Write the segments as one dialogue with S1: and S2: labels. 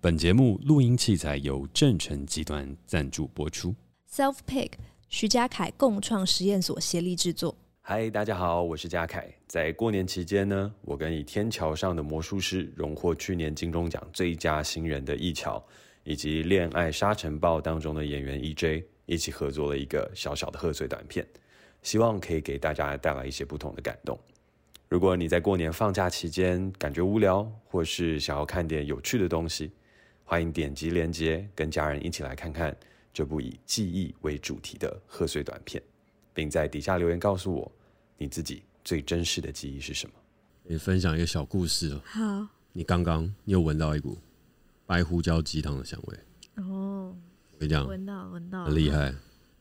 S1: 本节目录音器材由正成集团赞助播出。
S2: Self Pick 徐家凯共创实验所协力制作。
S3: 嗨，大家好，我是嘉凯。在过年期间呢，我跟《倚天桥上的魔术师》荣获去年金钟奖最佳新人的易桥，以及《恋爱沙尘暴》当中的演员 E.J. 一起合作了一个小小的贺岁短片，希望可以给大家带来一些不同的感动。如果你在过年放假期间感觉无聊，或是想要看点有趣的东西，欢迎点击链接跟家人一起来看看这部以记忆为主题的贺岁短片，并在底下留言告诉我你自己最真实的记忆是什么。
S4: 也分享一个小故事哦。
S2: 好
S4: 你刚刚你有闻到一股白胡椒鸡汤的香味，
S2: 哦，
S4: 我跟你讲，
S2: 闻到闻到，
S4: 很厉害。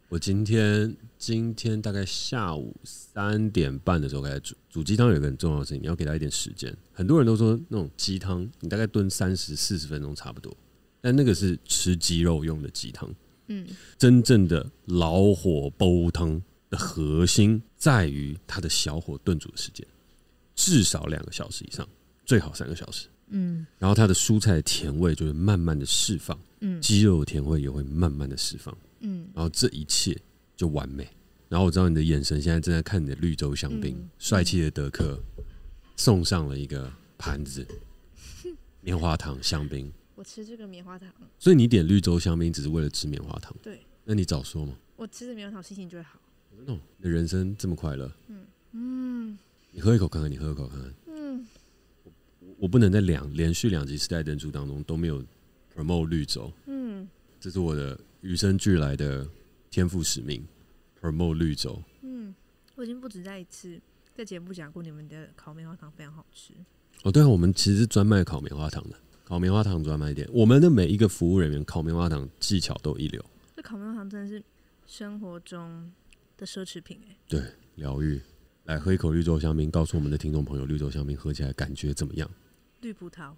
S4: 我今天今天大概下午三点半的时候开始煮煮鸡汤，有一个很重要的事情，你要给它一点时间。很多人都说那种鸡汤，你大概炖三十四十分钟差不多，但那个是吃鸡肉用的鸡汤。
S2: 嗯，
S4: 真正的老火煲汤的核心在于它的小火炖煮的时间，至少两个小时以上，最好三个小时。
S2: 嗯
S4: 然后它的蔬菜的甜味就会慢慢的释放，
S2: 嗯
S4: 鸡肉的甜味也会慢慢的释放，
S2: 嗯，
S4: 然后这一切就完美。然后我知道你的眼神现在正在看你的绿洲香槟，
S2: 嗯
S4: 帅气的德克送上了一个盘子，棉花糖香槟。
S2: 我吃这个棉花糖，
S4: 所以你点绿洲香槟只是为了吃棉花糖？
S2: 对。
S4: 那你早说嘛！
S2: 我吃着棉花糖心情就会好。
S4: 哦，你的人生这么快乐，
S2: 嗯
S4: 你喝一口看看，你喝一口看看。
S2: 嗯，
S4: 我不能在两连续两集时代珍珠当中都没有 promote 绿洲，
S2: 嗯
S4: 这是我的与生俱来的天赋使命，promote 绿洲。
S2: 嗯，我已经不止在一次在节目讲过，你们的烤棉花糖非常好吃。
S4: 哦，对啊，我们其实是专卖烤棉花糖的，烤棉花糖专卖店。我们的每一个服务人员烤棉花糖技巧都一流，
S2: 这烤棉花糖真的是生活中的奢侈品哎、
S4: 疗愈。来喝一口绿洲香槟，告诉我们的听众朋友，绿洲香槟喝起来感觉怎么样？
S2: 绿葡萄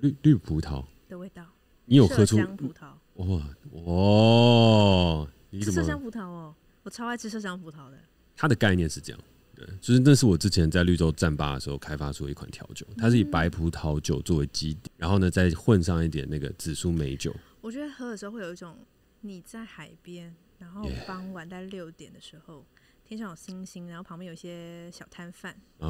S4: 绿绿葡萄，
S2: 的味道，
S4: 你有喝
S2: 麝
S4: 出
S2: 香葡萄，
S4: 哇哦？你
S2: 是
S4: 怎
S2: 麝
S4: 么
S2: 香？葡萄哦，我超爱吃麝香葡萄的。
S4: 它的概念是这样，对，就是那是我之前在绿洲战吧的时候开发出的一款调酒，它是以白葡萄酒作为基底，然后呢再混上一点那个紫苏梅酒，
S2: 我觉得喝的时候会有一种你在海边，然后
S4: Yeah
S2: 傍晚在六点的时候，天上有星星，然后旁边有一些小摊贩，
S4: 啊，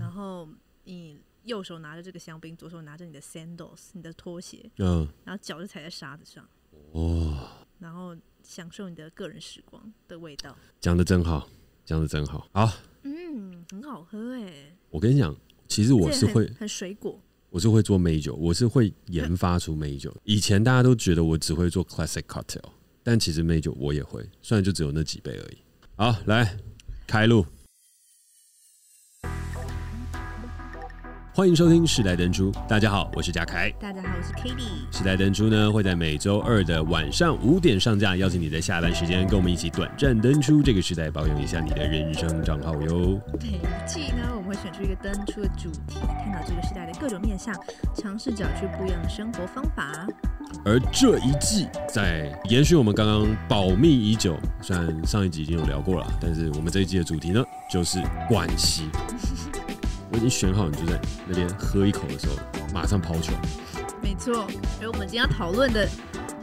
S2: 然后你右手拿着这个香槟，左手拿着你的 sandals，你的拖鞋，
S4: 嗯，哦
S2: 然后脚就踩在沙子上，
S4: 哇，
S2: 然后享受你的个人时光的味道。
S4: 讲的真好，讲的真好。好，
S2: 嗯，很好喝哎、
S4: 我跟你讲，其实我是
S2: 而且很
S4: 会，
S2: 很水果，
S4: 我是会做美酒，我是会研发出美酒。以前大家都觉得我只会做 classic cocktail，但其实美酒我也会，虽然就只有那几杯而已。好，来开路。欢迎收听《时代珍珠》，大家好，我是嘉凯。
S2: 大家好，我是 Kitty。
S4: 时代珍珠呢会在每周二的晚上五点上架，邀请你在下班时间跟我们一起短暂登出这个时代，保养一下你的人生账号哟。
S2: 每一季呢，我们会选出一个登出的主题，探讨这个时代的各种面向，尝试找出不一样的生活方法。
S4: 而这一季在延续我们刚刚保密已久，虽然上一集已经有聊过了，但是我们这一季的主题呢就是关系。我已经选好，你就在那边喝一口的时候马上抛球。
S2: 没错，而我们今天要讨论的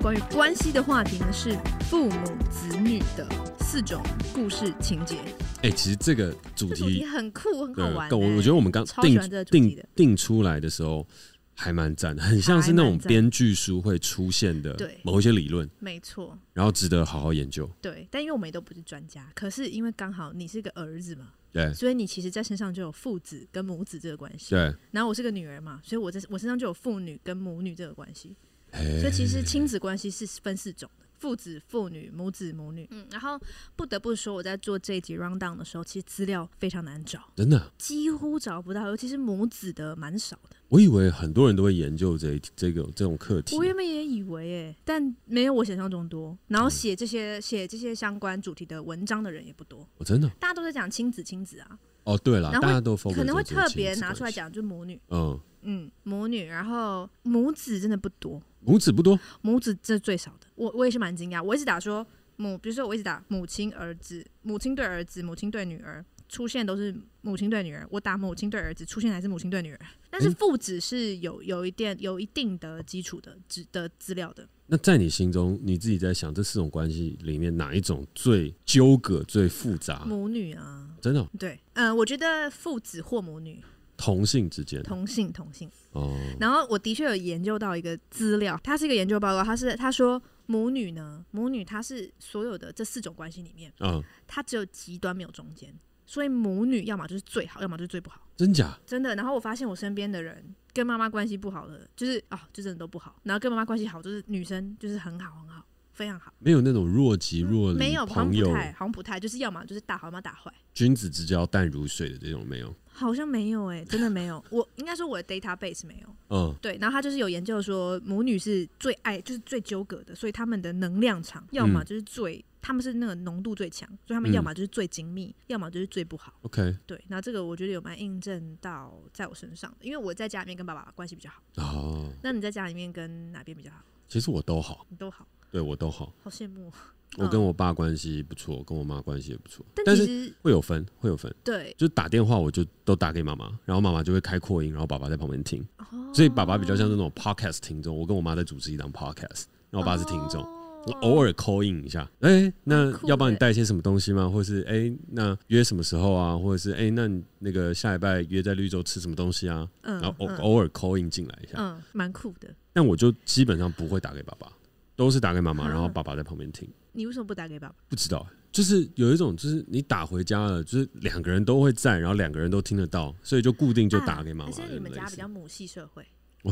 S2: 关于关系的话题呢，是父母子女的四种故事情节。
S4: 哎、其实这个主
S2: 这主题
S4: 题，
S2: 很酷，很好玩、欸
S4: 对，我我觉
S2: 得
S4: 得我们刚
S2: 超喜
S4: 定
S2: 欢这个主题
S4: 定
S2: 的
S4: 定出来的时候还蛮赞的，很像是那
S2: 还蛮
S4: 种
S2: 赞
S4: 编剧书会出现的
S2: 对
S4: 某一些理论，
S2: 没错，
S4: 然后值得好好研究。
S2: 对。但因为我们也都不是专家，可是因为刚好你是个儿子嘛，
S4: 对
S2: 所以你其实在身上就有父子跟母子这个关系。
S4: 对，
S2: 然后我是个女儿嘛，所以我在我身上就有父女跟母女这个关系。
S4: 哎
S2: 所以其实亲子关系是分四种的：父子、父女、母子、母女。嗯，然后不得不说，我在做这一集 round down 的时候，其实资料非常难找，
S4: 真的啊、
S2: 几乎找不到，尤其是母子的蛮少的。
S4: 我以为很多人都会研究这一这个这种课题。
S2: 我原本也以为诶、但没有我想象中多。然后
S4: 嗯
S2: 写这些写这些相关主题的文章的人也不多，
S4: 哦，真的
S2: 大家都在讲亲子亲子啊，
S4: 哦，对了，
S2: 然后
S4: 大
S2: 会
S4: 家都 focus
S2: 可能会
S4: 在这个
S2: 特别
S4: 亲子
S2: 拿出
S4: 关
S2: 来
S4: 系。
S2: 讲就母女，
S4: 嗯，
S2: 嗯，母女，然后母子真的不多，
S4: 母子不多，
S2: 母子这是最少的。我我也是蛮惊讶，我一直打说母，比如说我一直打母亲儿子，母亲对儿子，母亲对女儿，出现都是母亲对女儿，我打母亲对儿子，出现还是母亲对女儿。但是父子是有有一定有一定的基础的资的资料的。
S4: 那在你心中，你自己在想这四种关系里面，哪一种最纠葛、最复杂？
S2: 母女啊，
S4: 真的哦
S2: 对，嗯、我觉得父子或母女，
S4: 同性之间
S2: 同性同性。
S4: 哦，
S2: 然后我的确有研究到一个资料，它是一个研究报告，它是他说母女呢，母女它是所有的这四种关系里面，
S4: 嗯，
S2: 它只有极端没有中间，所以母女要么就是最好，要么就是最不好。
S4: 真假？
S2: 真的。然后我发现我身边的人跟妈妈关系不好的，就是哦，就真的都不好。然后跟妈妈关系好，就是女生就是很好很好，非常好。
S4: 没有那种若即若离，
S2: 没有，好像
S4: 朋友
S2: 不太，好像不太，就是要么就是大好，要么大坏。
S4: 君子之交淡如水的这种没有。
S2: 好像没有哎、真的没有。我应该说我的 database 没有。
S4: 嗯，
S2: 对，然后他就是有研究说，母女是最爱，就是最纠葛的，所以他们的能量场要么就是最，他们是那个浓度最强，所以他们
S4: 嗯
S2: 要么就是最精密，要么就是最不好。
S4: OK
S2: 对，那这个我觉得有蛮印证到在我身上的，因为我在家里面跟爸爸关系比较好，
S4: 哦，
S2: 那你在家里面跟哪边比较好？
S4: 其实我都好，
S2: 你都好，
S4: 对我都好。
S2: 好羡慕哦。
S4: 我跟我爸关系不错，跟我妈关系也不错，
S2: 但
S4: 但
S2: 其
S4: 是
S2: 实
S4: 会有分，会有分。
S2: 对，
S4: 就打电话我就都打给妈妈，然后妈妈就会开扩音，然后爸爸在旁边听，
S2: 哦
S4: 所以爸爸比较像那种 podcast 听众。我跟我妈在主持一档 podcast，然后我爸是听众。
S2: 哦
S4: 我偶尔 call in 一下，哎、那
S2: 蛮酷的欸
S4: 要帮你带一些什么东西吗？或是哎、那约什么时候啊？或者是哎、那你那个下礼拜约在绿洲吃什么东西啊？
S2: 嗯
S4: 然后偶
S2: 嗯
S4: 偶尔 call in 进来一下，
S2: 嗯，蛮酷的。
S4: 但我就基本上不会打给爸爸，都是打给妈妈，
S2: 嗯
S4: 然后爸爸在旁边听。
S2: 你为什么不打给爸爸？
S4: 不知道，就是有一种，就是你打回家了，就是两个人都会在，然后两个人都听得到，所以就固定就打给妈妈。
S2: 还啊是你们家比较
S4: 类
S2: 母系社会？
S4: 我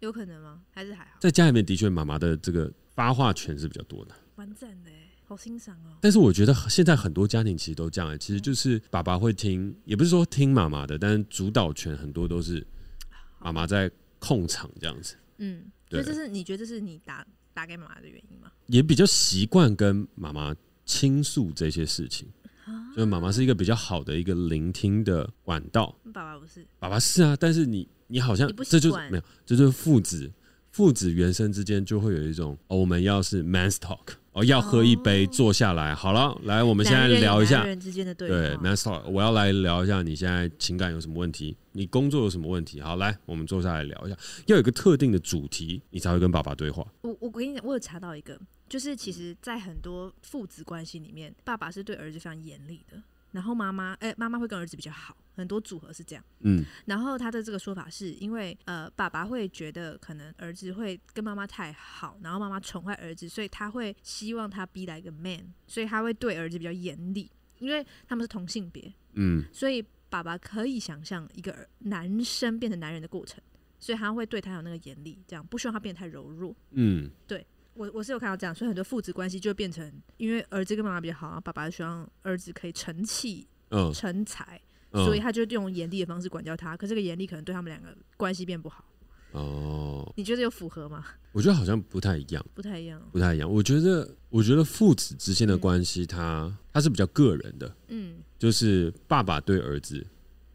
S2: 有可能吗？还是还好
S4: 似？在家里面的确，妈妈的这个发话权是比较多的。
S2: 完整的耶，好欣赏哦。
S4: 但是我觉得现在很多家庭其实都这样、欸，其实就是爸爸会听，也不是说听妈妈的，但是主导权很多都是妈妈在控场这样子，
S2: 嗯，
S4: 对
S2: 所以这是你觉得这是你打打给妈妈的原因吗？
S4: 也比较习惯跟妈妈倾诉这些事情。
S2: 啊
S4: 就是妈妈是一个比较好的一个聆听的管道，
S2: 爸爸不是，
S4: 爸爸是啊，但是你你好像
S2: 你不习
S4: 这就是
S2: 惯
S4: 没有，这就是父子父子原生之间就会有一种哦，我们要是 man's talk 哦，要喝一杯，
S2: 哦
S4: 坐下来，好了，来我
S2: 我
S4: 们现在聊一下，
S2: 人之间的对
S4: 对
S2: 话。
S4: man's talk，我要来聊一下你现在情感有什么问题，你工作有什么问题，好，来我们坐下来聊一下，要有一个特定的主题，你才会跟爸爸对话，
S2: 我我跟你讲，我有查到一个，就是其实，在很多父子关系里面，爸爸是对儿子非常严厉的，然后妈妈，哎、妈妈会跟儿子比较好，很多组合是这样。
S4: 嗯，
S2: 然后他的这个说法是因为，呃，爸爸会觉得可能儿子会跟妈妈太好，然后妈妈宠坏儿子，所以他会希望他逼来一个 man，所以他会对儿子比较严厉，因为他们是同性别，
S4: 嗯，
S2: 所以爸爸可以想象一个儿男生变成男人的过程，所以他会对他有那个严厉，这样不希望他变得太柔弱。
S4: 嗯，
S2: 我我是有看到这样，所以很多父子关系就变成，因为儿子跟妈妈比较好，然后爸爸希望儿子可以成器
S4: 嗯，
S2: 成才，
S4: 嗯
S2: 所以他就用严厉的方式管教他。可这个严厉可能对他们两个关系变不好，
S4: 哦，
S2: 你觉得有符合吗？
S4: 我觉得好像不太一样。
S2: 不太一样哦。
S4: 不太一样。我觉得，我觉得父子之间的
S2: 嗯
S4: 关系，它它是比较个人的，
S2: 嗯，
S4: 就是爸爸对儿子，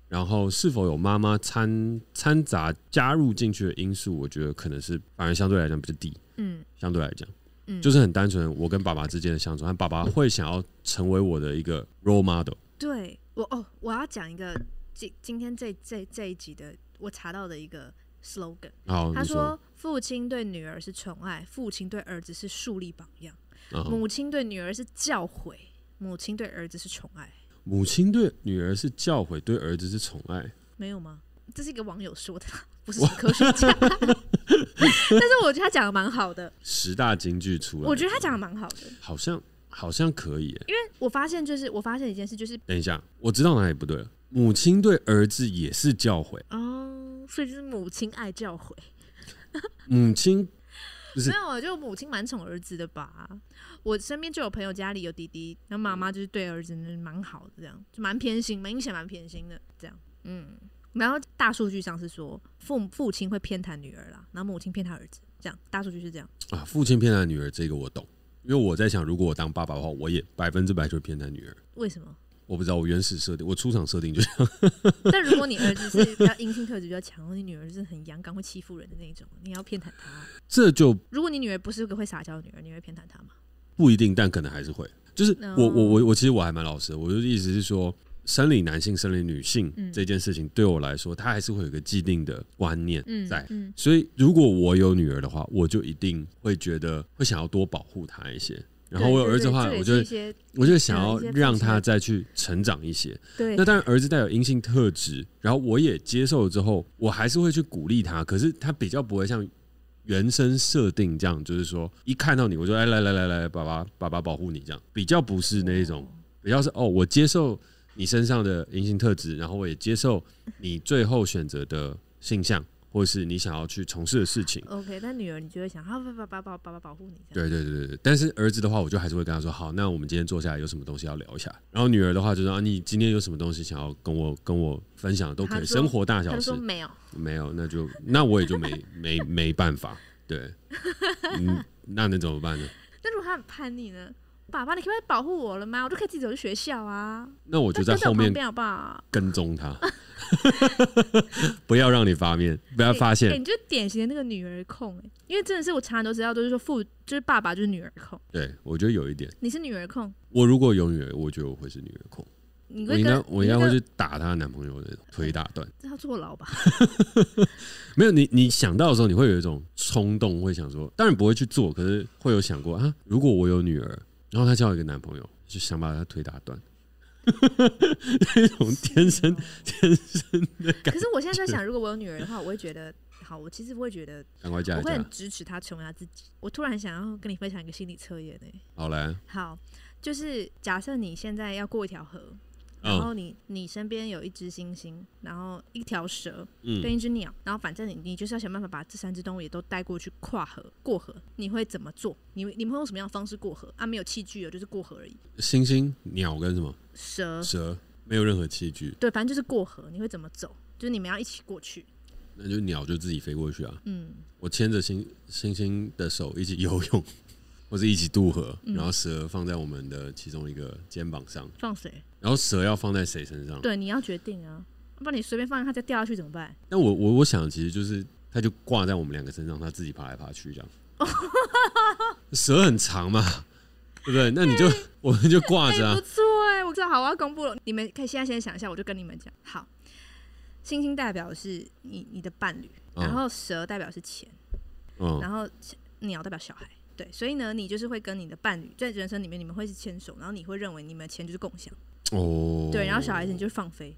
S4: 然后是否有妈妈掺掺杂加入进去的因素，我觉得可能是反而相对来讲比较低。
S2: 嗯
S4: 相对来讲，
S2: 嗯，
S4: 就是很单纯，我跟爸爸之间的相处，但爸爸会想要成为我的一个 role model。
S2: 对我哦，我要讲一个今今天这这这一集的我查到的一个 slogan。
S4: 好，
S2: 他
S4: 哦你
S2: 说，父亲对女儿是宠爱，父亲对儿子是树立榜样，
S4: 啊，
S2: 母亲对女儿是教诲，母亲对儿子是宠爱，
S4: 母亲对女儿是教诲，对儿子是宠爱。
S2: 没有吗？这是一个网友 说的，不是什么科学 家。但是我觉得他讲的蛮好的，
S4: 十大金句出来，
S2: 我觉得他讲的蛮好的。
S4: 好像好像可以耶、
S2: 我发现就是我发现一件事，就是
S4: 等一下，我知道哪里不对了。母亲对儿子也是教诲，
S2: 哦，所以就是母亲爱教诲。
S4: 母亲是
S2: 没有，我觉得母亲蛮宠儿子的吧。我身边就有朋友家里有弟弟，然后妈妈就是对儿子蛮好的，这样就蛮偏心，蛮明显蛮偏心的这样。嗯，然后大数据上是说父母父亲会偏袒女儿啦，然后母亲偏袒儿子，这样大数据是这样。
S4: 啊，父亲偏袒女儿这个我懂，因为我在想，如果我当爸爸的话，我也百分之百就会偏袒女儿。
S2: 为什么？
S4: 我不知道我原始设定，我出场设定就是
S2: 但如果你儿子是比较阴性特质比较强，你女儿就是很阳刚会欺负人的那一种，你要偏袒他。
S4: 这就
S2: 如果你女儿不是个会撒娇的女儿，你会偏袒她吗？
S4: 不一定，但可能还是会。就是
S2: 哦
S4: 我我我我其实我还蛮老实的，我的意思是说，生理男性、生理女性
S2: 嗯
S4: 这件事情对我来说，它还是会有一个既定的观念
S2: 嗯
S4: 在。
S2: 嗯
S4: 所以如果我有女儿的话，我就一定会觉得会想要多保护她一些。然后我有
S2: 对
S4: 儿子的话，
S2: 对
S4: 我
S2: 对
S4: 就
S2: 这也
S4: 会
S2: 是一些
S4: 我就想要
S2: 一些
S4: 让
S2: 父亲
S4: 她
S2: 的
S4: 再去成长一些。
S2: 对
S4: 那当然，儿子带有阴性特质，然后我也接受了之后，我还是会去鼓励他，可是他比较不会像原生设定这样，就是说一看到你我就哎来来来来，爸爸爸爸保护你这样，比较不是那一种，比较是哦，我接受你身上的阴性特质，然后我也接受你最后选择的性向，或是你想要去从事的事情。
S2: OK，但女儿你就会想，啊，爸爸爸爸爸爸保护你这样。
S4: 对对对对对，但是儿子的话，我就还是会跟他说，好，那我们今天坐下来有什么东西要聊一下。然后女儿的话就说，啊，你今天有什么东西想要跟我跟我分享都可以，
S2: 她说
S4: 生活大
S2: 他
S4: 小
S2: 就
S4: 事
S2: 说没有，
S4: 没有，那就那我也就没没没办法，对，嗯，那能怎么办呢？
S2: 那如果他很叛逆呢？爸爸，你可不可以保护我了吗？我就可以自己走去学校啊，
S4: 那我就
S2: 但
S4: 在
S2: 跟
S4: 后
S2: 我
S4: 面
S2: 旁边好不好？
S4: 跟踪他， 不要让你发面，不要发
S2: 哎
S4: 现，
S2: 你就典型的那个女儿控、哎，因为真的是我常常都知道，都是说父就是爸爸就是女儿控，
S4: 对我觉得有一点，
S2: 你是女儿控，
S4: 我如果有女儿，我觉得我会是女儿控，
S2: 你
S4: 我
S2: 会
S4: 应该
S2: 跟
S4: 我应该会
S2: 你
S4: 去打她男朋友的腿打断。
S2: 跟他坐牢吧？
S4: 没有你，你想到的时候，你会有一种冲动，会想说，当然不会去做，可是会有想过啊，如果我有女儿，然后她交了一个男朋友，就想把她腿打断，那种天生 天生的感
S2: 哦可是我现在在想，如果我有女儿的话，我会觉得，好，我其实不会觉得，
S4: 赶快加
S2: 我
S4: 一
S2: 会
S4: 加
S2: 很，支持她成为她自己。我突然想要跟你分享一个心理测验呢、哎
S4: 好来，
S2: 好，就是假设你现在要过一条河，然
S4: 嗯
S2: 后你你身边有一只猩猩，然后一条蛇跟
S4: 嗯，
S2: 一只鸟，然后反正你你就是要想办法把这三只动物也都带过去跨河过河，你会怎么做？你你们会用什么样的方式过河？啊，没有器具哦，就是过河而已。
S4: 星星、鸟跟什么
S2: 蛇
S4: 蛇，没有任何器具，
S2: 对，反正就是过河，你会怎么走？就是你们要一起过去。
S4: 那就鸟就自己飞过去啊。
S2: 嗯，
S4: 我牵着星星星的手一起游泳，或者一起渡河，
S2: 嗯
S4: 然后蛇放在我们的其中一个肩膀上，
S2: 放谁？
S4: 然后蛇要放在谁身上？
S2: 对，你要决定啊，不然你随便放它再掉下去怎么办？
S4: 但我我我想，其实就是它就挂在我们两个身上，它自己爬来爬去这样。蛇很长嘛，对不对？那你就我们就挂
S2: 哎、
S4: 着啊
S2: 不。错哎、我知道，好，我要公布了，你们可以现在先想一下，我就跟你们讲。好，星星代表是你你的伴侣，
S4: 嗯
S2: 然后蛇代表是钱，
S4: 嗯，
S2: 然后鸟代表小孩。对，所以呢，你就是会跟你的伴侣在人生里面，你们会是牵手，然后你会认为你们的钱就是共享，
S4: 哦，
S2: 对，然后小孩子你就是放飞，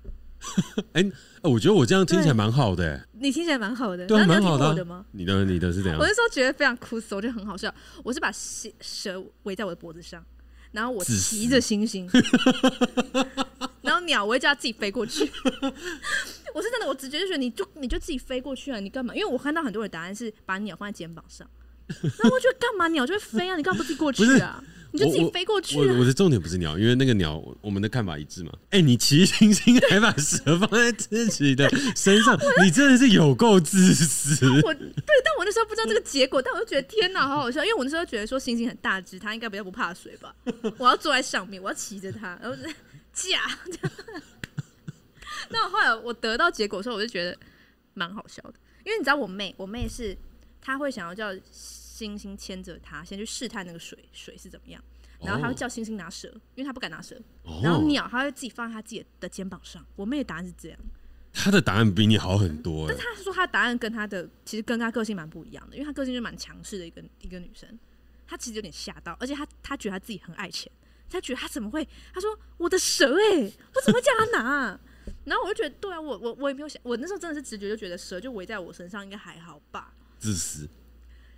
S4: 哎，我觉得我这样听起来蛮好的欸。
S2: 你听起来蛮好的。
S4: 对啊
S2: 然后你有
S4: 蛮好的
S2: 听过
S4: 啊
S2: 我的吗？
S4: 你的你的是怎样
S2: 我？那时候觉得非常酷死，我觉得很好笑。我是把蛇蛇围在我的脖子上，然后我
S4: 自私
S2: 骑着 星星，然后鸟我会叫它自己飞过去。我是真的，我直觉就觉得你就你就自己飞过去啊，你干嘛？因为我看到很多人的答案是把鸟放在肩膀上， 那我觉得干嘛鸟就会飞啊，你干嘛不自己过去啊？你就自己飞过去
S4: 我
S2: 啊！
S4: 我的重点不是鸟，因为那个鸟我我们的看法一致嘛。哎，你骑行星还把蛇放在自己的身上，你真的是有够自私。
S2: 我对，但我那时候不知道这个结果，但我就觉得天哪，好好笑，因为我那时候觉得说星星很大只，它应该比较不怕水吧，我要坐在上面，我要骑着它，然后就是驾。那后来我得到结果的时候，我就觉得蛮好笑的，因为你知道我妹，我妹是她会想要叫星星牵着她，先去试探那个水水是怎么样，然后她会叫星星拿蛇，因为她不敢拿蛇，
S4: 哦
S2: 然后鸟她会自己放在她自己的肩膀上。我妹的答案是这样。
S4: 他的答案比你好很多哎。
S2: 他说他答案跟他的其实跟他个性蛮不一样的，因为他个性就蛮强势的一个一个女生，她其实有点吓到，而且她她觉得她自己很爱钱，她觉得她怎么会？她说我的蛇哎、我怎么会叫她拿、然后我就觉得对啊，我我我也没有想，我那时候真的是直觉就觉得蛇就围在我身上应该还好吧，
S4: 自私、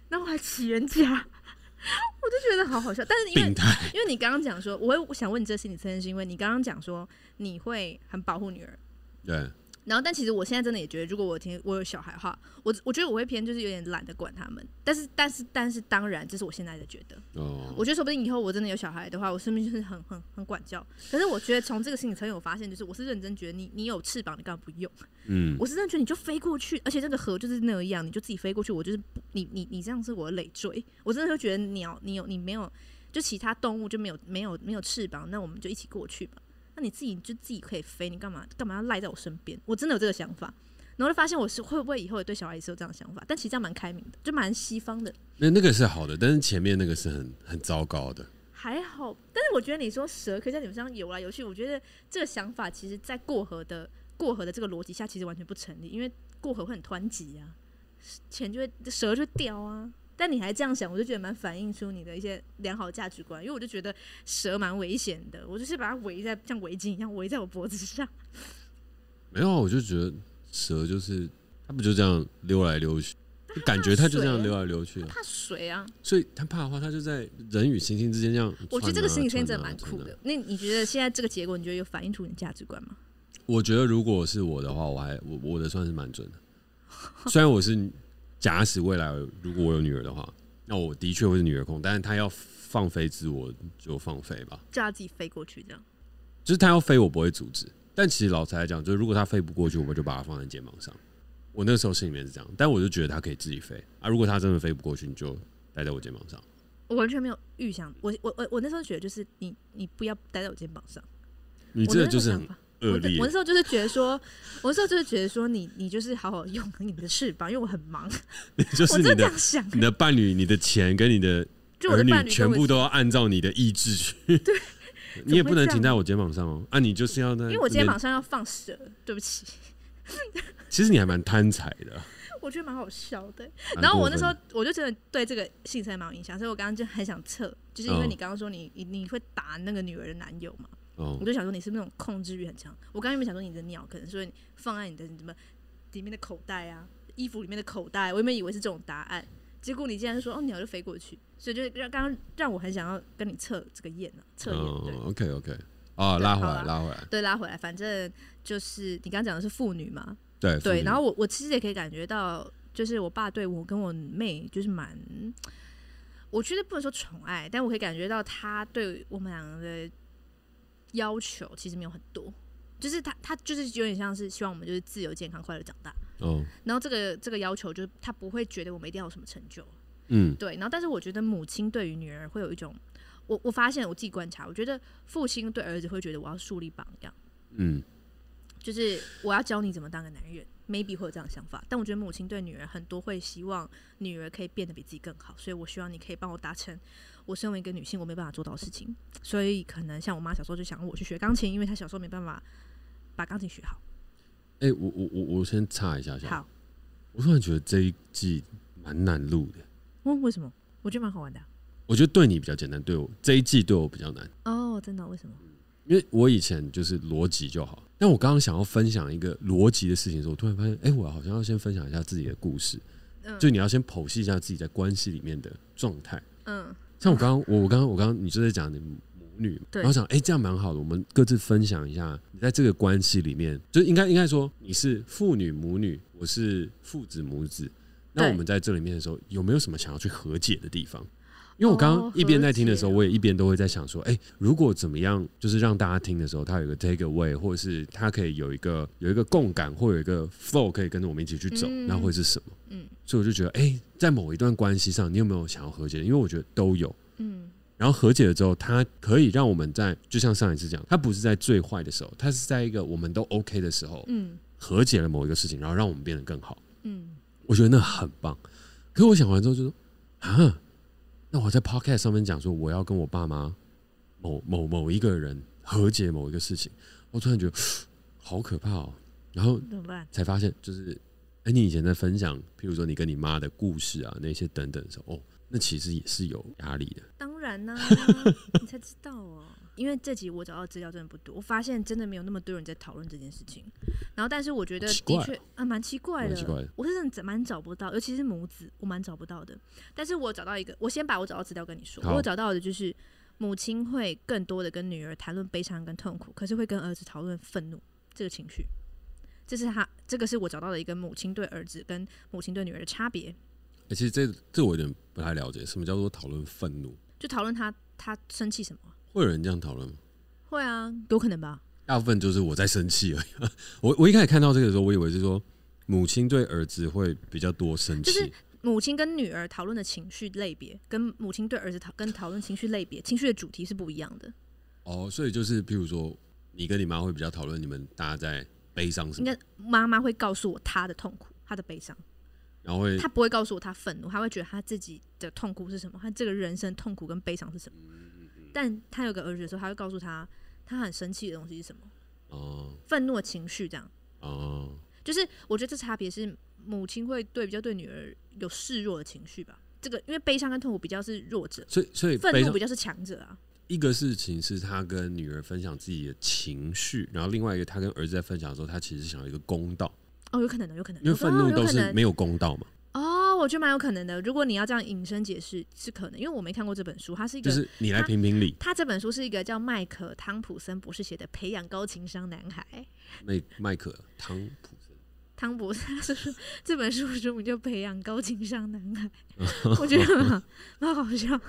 S2: 然后我还骑人家， 我就觉得好好笑。但是因为
S4: 病态，
S2: 因为你刚刚讲说，我会想问你这心理测验，是因为你刚刚讲说你会很保护女儿，
S4: 对，
S2: 然后，但其实我现在真的也觉得，如果我有天我有小孩的话，我我觉得我会偏就是有点懒得管他们。但是，但是，但是，当然，这是我现在的觉得。
S4: 哦，
S2: 我觉得说不定以后我真的有小孩的话，我身边就是很很很管教。可是我觉得从这个心理测验，我发现就是我是认真觉得你你有翅膀，你干嘛不用？
S4: 嗯，
S2: 我是认真觉得你就飞过去，而且那个河就是那样，你就自己飞过去。我就是不你你你这样是我的累赘。我真的会觉得鸟，你有你没有，就其他动物就没有没有没有翅膀，那我们就一起过去吧。那你自己就自己可以飞，你干嘛干嘛要赖在我身边？我真的有这个想法，然后就发现我是会不会以后也对小孩也是有这样的想法，但其实这样蛮开明的，就蛮西方的。
S4: 那那个是好的，但是前面那个是很很糟糕的。
S2: 还好，但是我觉得你说蛇可以在你们身上游来游去，我觉得这个想法其实，在过河的过河的这个逻辑下，其实完全不成立，因为过河会很湍急啊，钱就会蛇就会掉啊。但你还这样想，我就觉得蛮反映出你的一些良好价值观，因为我就觉得蛇蛮危险的，我就是把它围在像围巾一样围在我脖子 上。
S4: 没有啊，我就觉得蛇就是它不就这样溜来溜去，就感觉它就这样溜来溜去啊。
S2: 怕水啊，
S4: 所以它怕的话，它就在人与行星之间这样窜啊。
S2: 我觉得这个心理测验真
S4: 窜
S2: 的
S4: 啊
S2: 蛮酷
S4: 窜啊
S2: 的。那你觉得现在这个结果，你觉得有反映出你的价值观吗？
S4: 我觉得如果是我的话，我还我我的算是蛮准的。虽然我是假使未来如果我有女儿的话，那我的确会是女儿控，但是她要放飞自我就放飞吧，
S2: 叫他自己飞过去这样。
S4: 就是她要飞我不会阻止。但其实老实来讲，就是如果她飞不过去，我们就把她放在肩膀上。我那时候心里面是这样，但我就觉得她可以自己飞啊。如果她真的飞不过去，你就待在我肩膀上。
S2: 我完全没有预想，我我我我那时候觉得就是你你不要待在我肩膀上，
S4: 你
S2: 我
S4: 这
S2: 那
S4: 个就
S2: 时
S4: 是
S2: 候
S4: 很
S2: 想法
S4: 恶
S2: 我那
S4: 劣
S2: 我那。时候就是觉得说，我那时候就是觉得说你你就是好好用你的翅膀，因为我很忙，
S4: 就
S2: 我
S4: 是你
S2: 真的这
S4: 的
S2: 样想，
S4: 你的伴侣、你的钱跟你的
S2: 就我
S4: 儿
S2: 的
S4: 女
S2: 伴侣
S4: 全
S2: 跟我
S4: 部都要按照你的意志 去。对， 你也不能停在我肩膀上哦。啊，你就是要在，
S2: 因为我肩膀上要放蛇，对不起，
S4: 其实你还蛮贪财的。啊
S2: 我觉得蛮好笑的。
S4: 蛮
S2: 然后我
S4: 过
S2: 那
S4: 分
S2: 时候
S4: 的
S2: 我就真的对这个性生蛮有影响，所以我刚刚就很想测，就是因为
S4: 嗯
S2: 你刚刚说你你你会打那个女儿的男友嘛，
S4: 哦
S2: 我，就想说你是不是那种控制欲很强。我刚原本想说你的鸟可能是会放在你的什么里面的口袋啊，衣服里面的口袋，我原本以为是这种答案，结果你竟然说哦鸟就飞过去，所以就让刚刚让我很想要跟你测这个验呢、测验对。
S4: 哦，OK OK，啊，
S2: 对
S4: 拉回
S2: 好
S4: 来，
S2: 啦
S4: 拉回来，
S2: 对，拉回来，反正就是你刚刚讲的是妇女嘛，
S4: 对
S2: 对，
S4: 妇
S2: 然
S4: 女
S2: 后我我其实也可以感觉到，就是我爸对我跟我妹就是蛮，我觉得不能说宠爱，但我可以感觉到他对我们两个的要求其实没有很多，就是他他就是有点像是希望我们就是自由、健康、快乐长大。
S4: 哦，
S2: 然后这个这个要求就是他不会觉得我们一定要有什么成就，
S4: 嗯，
S2: 对。然后但是我觉得母亲对于女儿会有一种，我我发现我自己观察，我觉得父亲对儿子会觉得我要树立榜样。
S4: 嗯，
S2: 就是我要教你怎么当个男人，maybe 会有这样的想法。但我觉得母亲对女儿很多会希望女儿可以变得比自己更好，所以我希望你可以帮我达成我身为一个女性我没办法做到的事情。所以可能像我妈小时候就想让我去学钢琴，因为她小时候没办法把钢琴学好。
S4: 哎，我我我我先插一下下，
S2: 好，
S4: 我突然觉得这一季蛮难录的。
S2: 问哦为什么？我觉得蛮好玩的啊、
S4: 我觉得对你比较简单，对我这一季对我比较难，
S2: 哦，真的哦、为什么？
S4: 因为我以前就是逻辑就好。但我刚刚想要分享一个逻辑的事情的时候，我突然发现，哎、我好像要先分享一下自己的故事。
S2: 嗯
S4: 就你要先剖析一下自己在关系里面的状态。
S2: 嗯，
S4: 像我刚刚，我我刚刚，我刚刚，你就在讲你母女，
S2: 对
S4: 然后想，哎、这样蛮好的，我们各自分享一下你在这个关系里面，就应该应该说你是父女母女，我是父子母子，那
S2: 对
S4: 我们在这里面的时候，有没有什么想要去和解的地方？因为我刚
S2: 哦
S4: 刚一边在听的时候，
S2: 和解
S4: 我也一边都会在想说，哎、如果怎么样，就是让大家听的时候，他有一个 take away，或者是他可以有一个有一个共感，或有一个 flow 可以跟着我们一起去走，
S2: 嗯
S4: 那会是什么？
S2: 嗯
S4: 所以我就觉得，哎、在某一段关系上，你有没有想要和解？因为我觉得都有。
S2: 嗯
S4: 然后和解了之后，它可以让我们在，就像上一次讲，它不是在最坏的时候，它是在一个我们都 OK 的时候，
S2: 嗯
S4: 和解了某一个事情，然后让我们变得更好。
S2: 嗯，
S4: 我觉得那很棒。可是我想完之后就说，啊，那我在 Podcast 上面讲说我要跟我爸妈某某某一个人和解某一个事情，我突然觉得好可怕哦。然后
S2: 怎么办？
S4: 才发现，就是哎、你以前在分享，譬如说你跟你妈的故事啊，那些等等的时候，哦，那其实也是有压力的。
S2: 当 然呢、你才知道哦。因为这集我找到的资料真的不多，我发现真的没有那么多人在讨论这件事情。然后，但是我觉得
S4: 奇怪
S2: 的确啊，蛮奇怪的，
S4: 蛮奇怪的
S2: 我是真的蛮找不到，尤其是母子，我蛮找不到的。但是我找到一个，我先把我找到资料跟你说。
S4: 好
S2: 我找到的就是母亲会更多的跟女儿谈论悲伤跟痛苦，可是会跟儿子讨论愤怒这个情绪。这是他，这个是我找到的一个母亲对儿子跟母亲对女儿的差别。
S4: 哎、其实这这我有点不太了解，什么叫做讨论愤怒？
S2: 就讨论他他生气什么，
S4: 会有人这样讨论吗？
S2: 会啊，有可能吧。
S4: 大部分就是我在生气而已。 我我一开始看到这个的时候，我以为是说母亲对儿子会比较多生气，
S2: 就是母亲跟女儿讨论的情绪类别，跟母亲对儿子讨跟讨论情绪类别、情绪的主题是不一样的。
S4: 哦，所以就是譬如说你跟你妈会比较讨论你们大家在悲伤什
S2: 应
S4: 么，
S2: 该妈妈会告诉我她的痛苦、她的悲伤，
S4: 然后会
S2: 她不会告诉我她愤怒，她会觉得她自己的痛苦是什么，她这个人生痛苦跟悲伤是什么。但他有个儿子的时候，他会告诉他他很生气的东西是什么，
S4: 哦
S2: 愤怒的情绪这样。
S4: 哦，
S2: 就是我觉得这差别是母亲会对比较对女儿有示弱的情绪吧。这个因为悲伤跟痛苦比较是弱者，
S4: 所以所以悲
S2: 愤怒
S4: 伤
S2: 比较是强者啊。
S4: 一个事情是他跟女儿分享自己的情绪，然后另外一个他跟儿子在分享的时候，他其实是想要一个公道，
S2: 哦，有可能的，有可能，
S4: 因为
S2: 有可
S4: 愤
S2: 能
S4: 怒
S2: 有
S4: 都
S2: 可
S4: 是
S2: 能
S4: 没有公道嘛，
S2: 哦，我觉得蛮有可能的。如果你要这样引申解释，是可能，因为我没看过这本书，它是一个，
S4: 就是你来评评理。
S2: 它这本书是一个叫麦克汤普森博士写的《培养高情商男孩》。
S4: 麦麦克汤普森，
S2: 汤博士他是说这本书书名就《培养高情商男孩》，我觉得蛮好蛮好笑。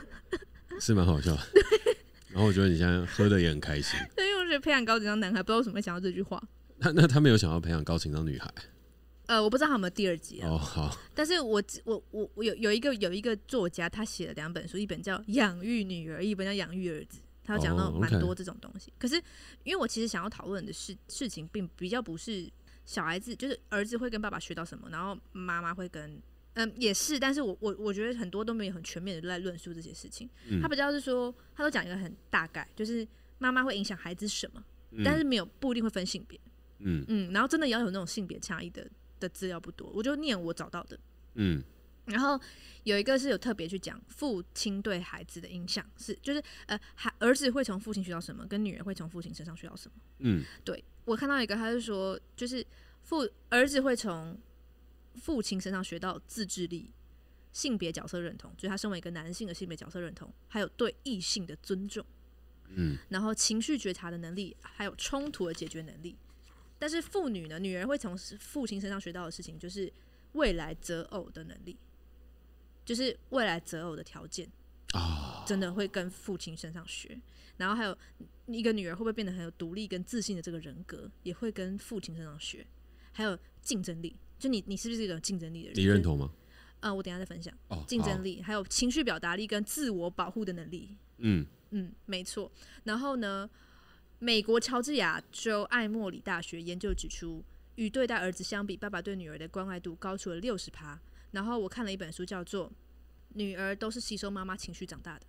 S4: 是蛮好笑的。 然后我觉得你现在喝的也很开心。
S2: 对，因为我觉得培养高情商男孩，不知道为什么会想到这句话。
S4: 那那他们有想要培养高情商女孩
S2: 呃，我不知道他有没有第二集啊。
S4: 哦，好，
S2: 但是我只我我我有有一个有一个作家，他写了两本书，一本叫《养育女儿》，一本叫《养育儿子》，他有讲到
S4: 哦，OK
S2: 蛮多这种东西。可是因为我其实想要讨论的事事情，并比较不是小孩子，就是儿子会跟爸爸学到什么，然后妈妈会跟。嗯，也是，但是我我我觉得很多都没有很全面的在论述这些事情，
S4: 嗯
S2: 他比较是说，他都讲一个很大概，就是妈妈会影响孩子什么，但是没有不一定会分性别，
S4: 嗯
S2: 嗯，然后真的要有那种性别差异的的资料不多，我就念我找到的，
S4: 嗯
S2: 然后有一个是有特别去讲父亲对孩子的影响，是就是呃，孩儿子会从父亲学到什么，跟女儿会从父亲身上学到什么。
S4: 嗯
S2: 对我看到一个，他是说，就是父儿子会从父亲身上学到自制力、性别角色认同，就是他身为一个男性的性别角色认同，还有对异性的尊重，
S4: 嗯，
S2: 然后情绪觉察的能力，还有冲突的解决能力。但是妇女呢，女人会从父亲身上学到的事情，就是未来择偶的能力，就是未来择偶的条件。
S4: 啊，
S2: 真的会跟父亲身上学，然后还有一个女儿会不会变得很有独立跟自信的这个人格，也会跟父亲身上学，还有竞争力，就你你是不是一个有竞争力的人？
S4: 你认？同吗？
S2: 啊、我等一下再分享
S4: 哦，
S2: 竞
S4: 好
S2: 争，力，还有情绪表达力跟自我保护的能力，
S4: 嗯
S2: 嗯，没错。然后呢，美国乔治亚州艾默里大学研究指出，与对待儿子相比，爸爸对女儿的关爱度高出了六十趴。然后我看了一本书，叫做《女儿都是吸收妈妈情绪长大的》，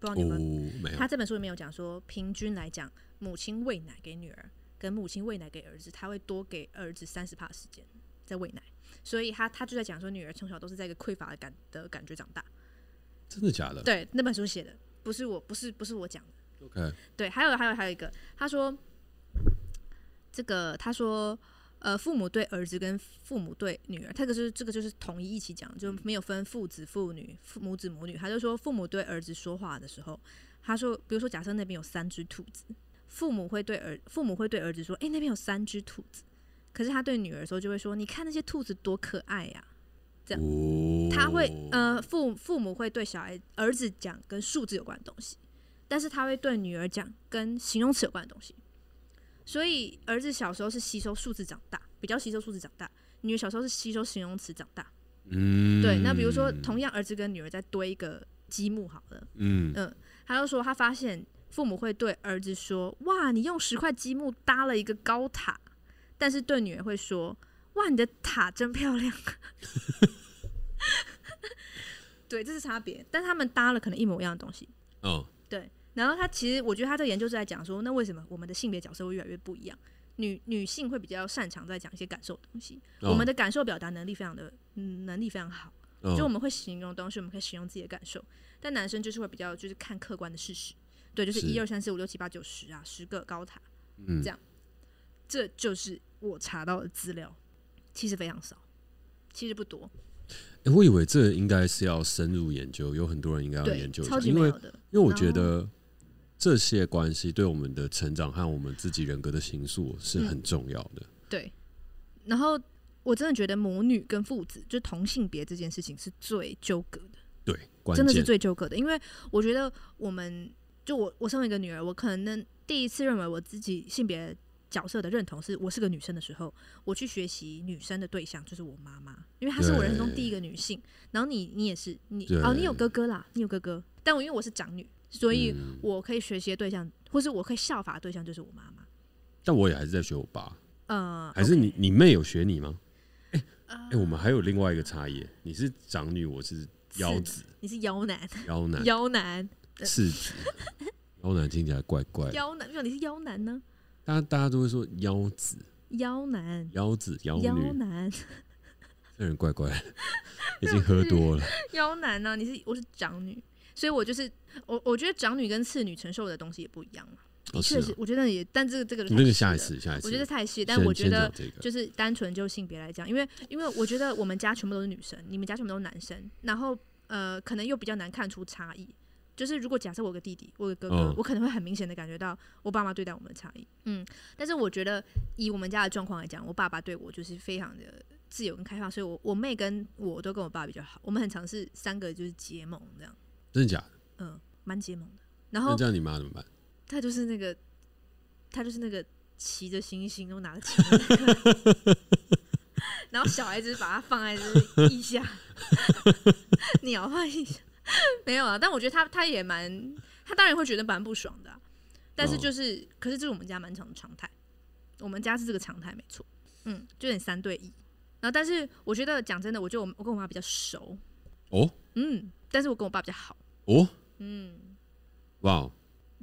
S2: 不知道
S4: 哦
S2: 你们、
S4: 没有
S2: 他这本书里面有讲说，平均来讲，母亲喂奶给女儿跟母亲喂奶给儿子，他会多给儿子三十帕时间在喂奶。所以他他就在讲说，女儿从小都是在一个匮乏的感的感觉长大。
S4: 真的假的
S2: 对，那本书写的，不是我，不是不是我讲的。
S4: ？OK，
S2: 对，还有还有还有一个，他说这个他说呃，父母对儿子跟父母对女儿，这个是这个就是统一一起讲，就没有分父子父女、父母子母女。他就说父母对儿子说话的时候，他说比如说假设那边有三只兔子，父母会对儿父母会对儿子说，诶，那边有三只兔子。可是他对女儿的时候就会说：“你看那些兔子多可爱呀、这样
S4: 哦，
S2: 他会呃，父父母会对小孩儿子讲跟数字有关的东西，但是他会对女儿讲跟形容词有关的东西。所以儿子小时候是吸收数字长大，比较吸收数字长大；女儿小时候是吸收形容词长大。
S4: 嗯，
S2: 对，那比如说同样儿子跟女儿在堆一个积木好了，
S4: 嗯
S2: 嗯，他就说他发现父母会对儿子说：“哇，你用十块积木搭了一个高塔。”但是对女儿会说：“哇，你的塔真漂亮。” 对，这是差别，但他们搭了可能一模一样的东西。
S4: 哦，
S2: 对，然后他其实我觉得他这个研究是在讲说，那为什么我们的性别角色会越来越不一样？女女性会比较擅长在讲一些感受的东西，我们
S4: 的
S2: 的感受表达能力非常的，嗯，能力非常好。
S4: 哦嗯
S2: 就我们会形容东西，我们可以形容自己的感受，但男生就是会比较就是看客观的事实，对，就是
S4: 是
S2: 一二三四五六七八九十啊，十个高塔，
S4: 嗯
S2: 这样这就是我查到的资料，其实非常少，其实不多，
S4: 诶我以为这应该是要深入研究，有很多人应该要
S2: 对
S4: 研，究一
S2: 超
S4: 下，
S2: 级
S4: 因
S2: 没
S4: 为
S2: 有的，嗯
S4: 因为我
S2: 然
S4: 觉得这些关系对我们的成长和我们自己人格的形塑是
S2: 嗯
S4: 很重要的。
S2: 对，然后我真的觉得母女跟父子就是同性别这件事情是最纠葛的。
S4: 对，关
S2: 真的是
S4: 键
S2: 最纠葛的，因为我觉得我们就我我身为一个女儿，我可能第一次认为我自己性别角色的认同是我是个女生的时候，我去学习女生的对象就是我妈妈，因为她是我人生中
S4: 对
S2: 第一个女性。然后你你也是你
S4: 对
S2: 哦，你有哥哥啦，你有哥哥，但我因为我是长女，所以
S4: 嗯
S2: 我可以学习的对象或是我可以效法的对象就是我妈妈。
S4: 但我也还是在学我爸，
S2: 呃，
S4: 还是
S2: OK
S4: 你你妹有学你吗？哎、哎我们还有另外一个差异，你是长女，我是
S2: 是
S4: 幺子，
S2: 你是妖男，
S4: 幺男
S2: 妖男。
S4: 世子，妖男听起来怪怪的，
S2: 妖男，就你是妖男呢？
S4: 大家大家都会说妖子、
S2: 妖男，
S4: 妖子、妖
S2: 妖
S4: 女，
S2: 男，
S4: 这人怪怪 的，已经喝多了。
S2: 妖男呢、你是我是长女，所以我就是我，我觉得长女跟次女承受的东西也不一样嘛。
S4: 哦，是啊
S2: 确实，，我觉得也，但这个这个就
S4: 那
S2: 太
S4: 个
S2: 细
S4: 下一
S2: 了，
S4: 次，下一次，
S2: 我觉得太细，
S4: 先
S2: 但我觉
S4: 先
S2: 得
S4: 讲这个
S2: 就是单纯就性别来讲，因为因为我觉得我们家全部都是女生，你们家全部都是男生，然后呃，可能又比较难看出差异。就是如果假设我有个弟弟，我有个哥哥，
S4: 嗯
S2: 我可能会很明显的感觉到我爸妈对待我们的差异。嗯，但是我觉得以我们家的状况来讲，我爸爸对我就是非常的自由跟开放，所以我我妹跟我都跟我爸比较好，我们很常是三个就是结盟这样，
S4: 真的假的？
S2: 嗯，蛮结盟的。然后
S4: 那这样你妈怎么办？
S2: 他就是那个，他就是那个骑着星星，然后拿着钱的那个，然后小孩子把它放在这腋下， 鸟放腋下，没有啊。但我觉得他他也蛮，他当然会觉得蛮不爽的啊、但是
S4: 哦
S2: 就是，可是这是我们家蛮常的常态，我们家是这个常态没错，嗯，就有点三对一。然后，但是我觉得讲真的，我觉得我我跟我妈比较熟，
S4: 哦
S2: 嗯，但是我跟我爸比较好，
S4: 哦，
S2: 嗯。
S4: 哇，哦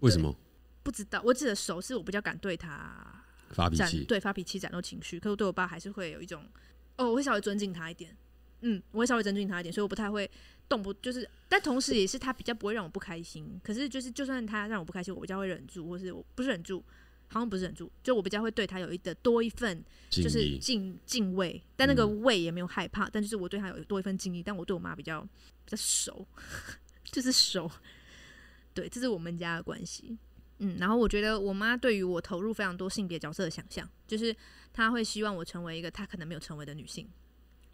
S4: 为什么
S2: 不知道，我指的熟是我比较敢对他
S4: 发脾
S2: 展
S4: 气？
S2: 对发脾气、展露情绪，可是我对我爸还是会有一种，哦，我会稍微尊敬他一点，嗯，我会稍微尊敬他一点，所以我不太会动不就是，但同时也是他比较不会让我不开心。可是就是就算他让我不开心，我比较会忍住，或是我不是忍住，好像不是忍住，就我比较会对他有一的多一份
S4: 敬
S2: 就是
S4: 意
S2: 敬敬畏，但那个
S4: 嗯
S2: 畏也没有害怕，但就是我对他有多一份敬意，但我对我妈比较比较熟， 就是熟。对，这是我们家的关系。嗯，然后我觉得我妈对于我投入非常多性别角色的想象，就是她会希望我成为一个她可能没有成为的女性，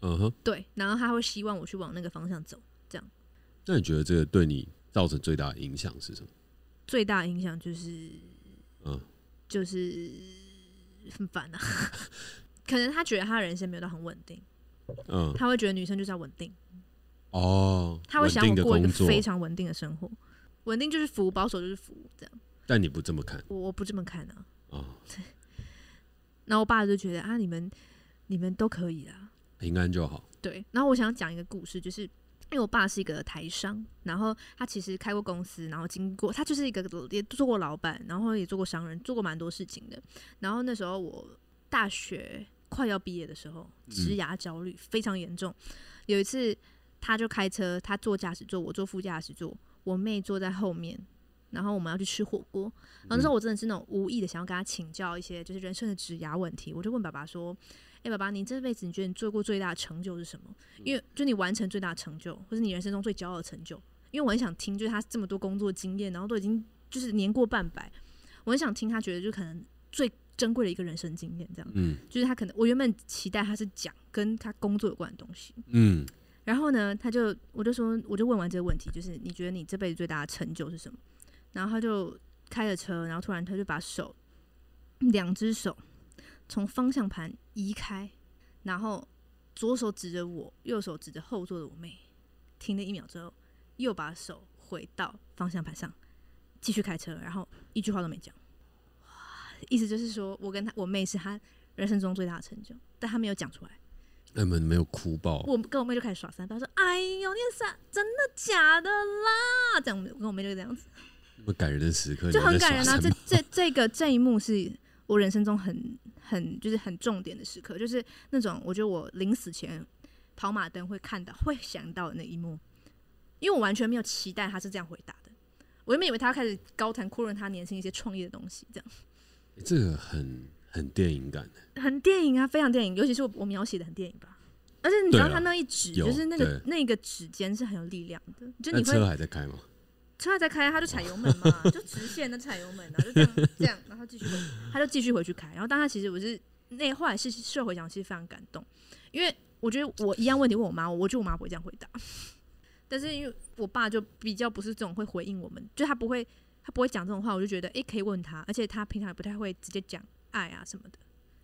S4: 嗯哼，
S2: 对，然后她会希望我去往那个方向走。
S4: 那你觉得这个对你造成最大的影响是什么？
S2: 最大的影响就是
S4: 嗯，
S2: 就是很烦啊， 可能她觉得她的人生没有到很稳定，
S4: 嗯，
S2: 她会觉得女生就是要稳定。
S4: 哦，
S2: 他会想
S4: 稳定
S2: 我
S4: 的
S2: 过一个
S4: 工作，
S2: 非常稳定的生活，稳定就是福，保守就是福，这样
S4: 但你不这么看
S2: 我我不这么看啊。
S4: 啊，
S2: 然后我爸就觉得啊，你们你们都可以啦，
S4: 平安就好。
S2: 对。然后我想讲一个故事，就是因为我爸是一个台商，然后他其实开过公司，然后经过他就是一个也做过老板，然后也做过商人，做过蛮多事情的。然后那时候我大学快要毕业的时候，职涯焦虑非常严重。有一次，他就开车，他坐驾驶座，我坐副驾驶座，我妹坐在后面。然后我们要去吃火锅，然后那时候我真的是那种无意的想要跟他请教一些就是人生的职涯问题，我就问爸爸说：“哎、爸爸，你这辈子你觉得你做过最大的成就是什么？因为就你完成最大的成就，或是你人生中最骄傲的成就。因为我很想听，就是他这么多工作经验，然后都已经就是年过半百，我很想听他觉得就可能最珍贵的一个人生经验，这样
S4: 嗯
S2: 就是他可能我原本期待他是讲跟他工作有关的东西，
S4: 嗯，
S2: 然后呢，他就我就说，我就问完这个问题，就是你觉得你这辈子最大的成就是什么？然后他就开着车，然后突然他就把手两只手从方向盘移开，然后左手指着我，右手指着后座的我妹，停了一秒之后，又把手回到方向盘上，继续开车，然后一句话都没讲。哇意思就是说我跟他我妹是他人生中最大的成就，但他没有讲出来。
S4: 那你们没有哭爆，
S2: 我跟我妹就开始耍三八，说：“哎呦，你傻，真的假的啦？”这样，我跟我妹就这样子，
S4: 那么感人的时刻，
S2: 就
S4: 你还
S2: 很
S4: 在
S2: 感人
S4: 耍
S2: 啊！
S4: 什
S2: 这
S4: 么
S2: 这这个这一幕是我人生中很很就是很重点的时刻，就是那种我觉得我临死前跑马灯会看到、会想到的那一幕，因为我完全没有期待他是这样回答的，我原本以为他要开始高谈阔论他年轻一些创业的东西，这样
S4: 欸这个很很电影感，
S2: 很电影啊，非常电影，尤其是我我描写的很电影吧。而且你知道
S4: 对啊
S2: 他那一指，
S4: 有
S2: 就是那个
S4: 对
S2: 那个指尖是很有力量的，就
S4: 那
S2: 你会
S4: 车还在开吗？
S2: 车在开，他就踩油门嘛，就直线的踩油门啊，就这样这样，然后继续回，他就继续回去开。然后当他其实我是那后来是事后回想，其实非常感动，因为我觉得我一样问题问我妈，我觉得我妈不会这样回答， 但是因为我爸就比较不是这种会回应我们，就他不会他不会讲这种话，我就觉得诶、可以问他，而且他平常也不太会直接讲爱啊什么的，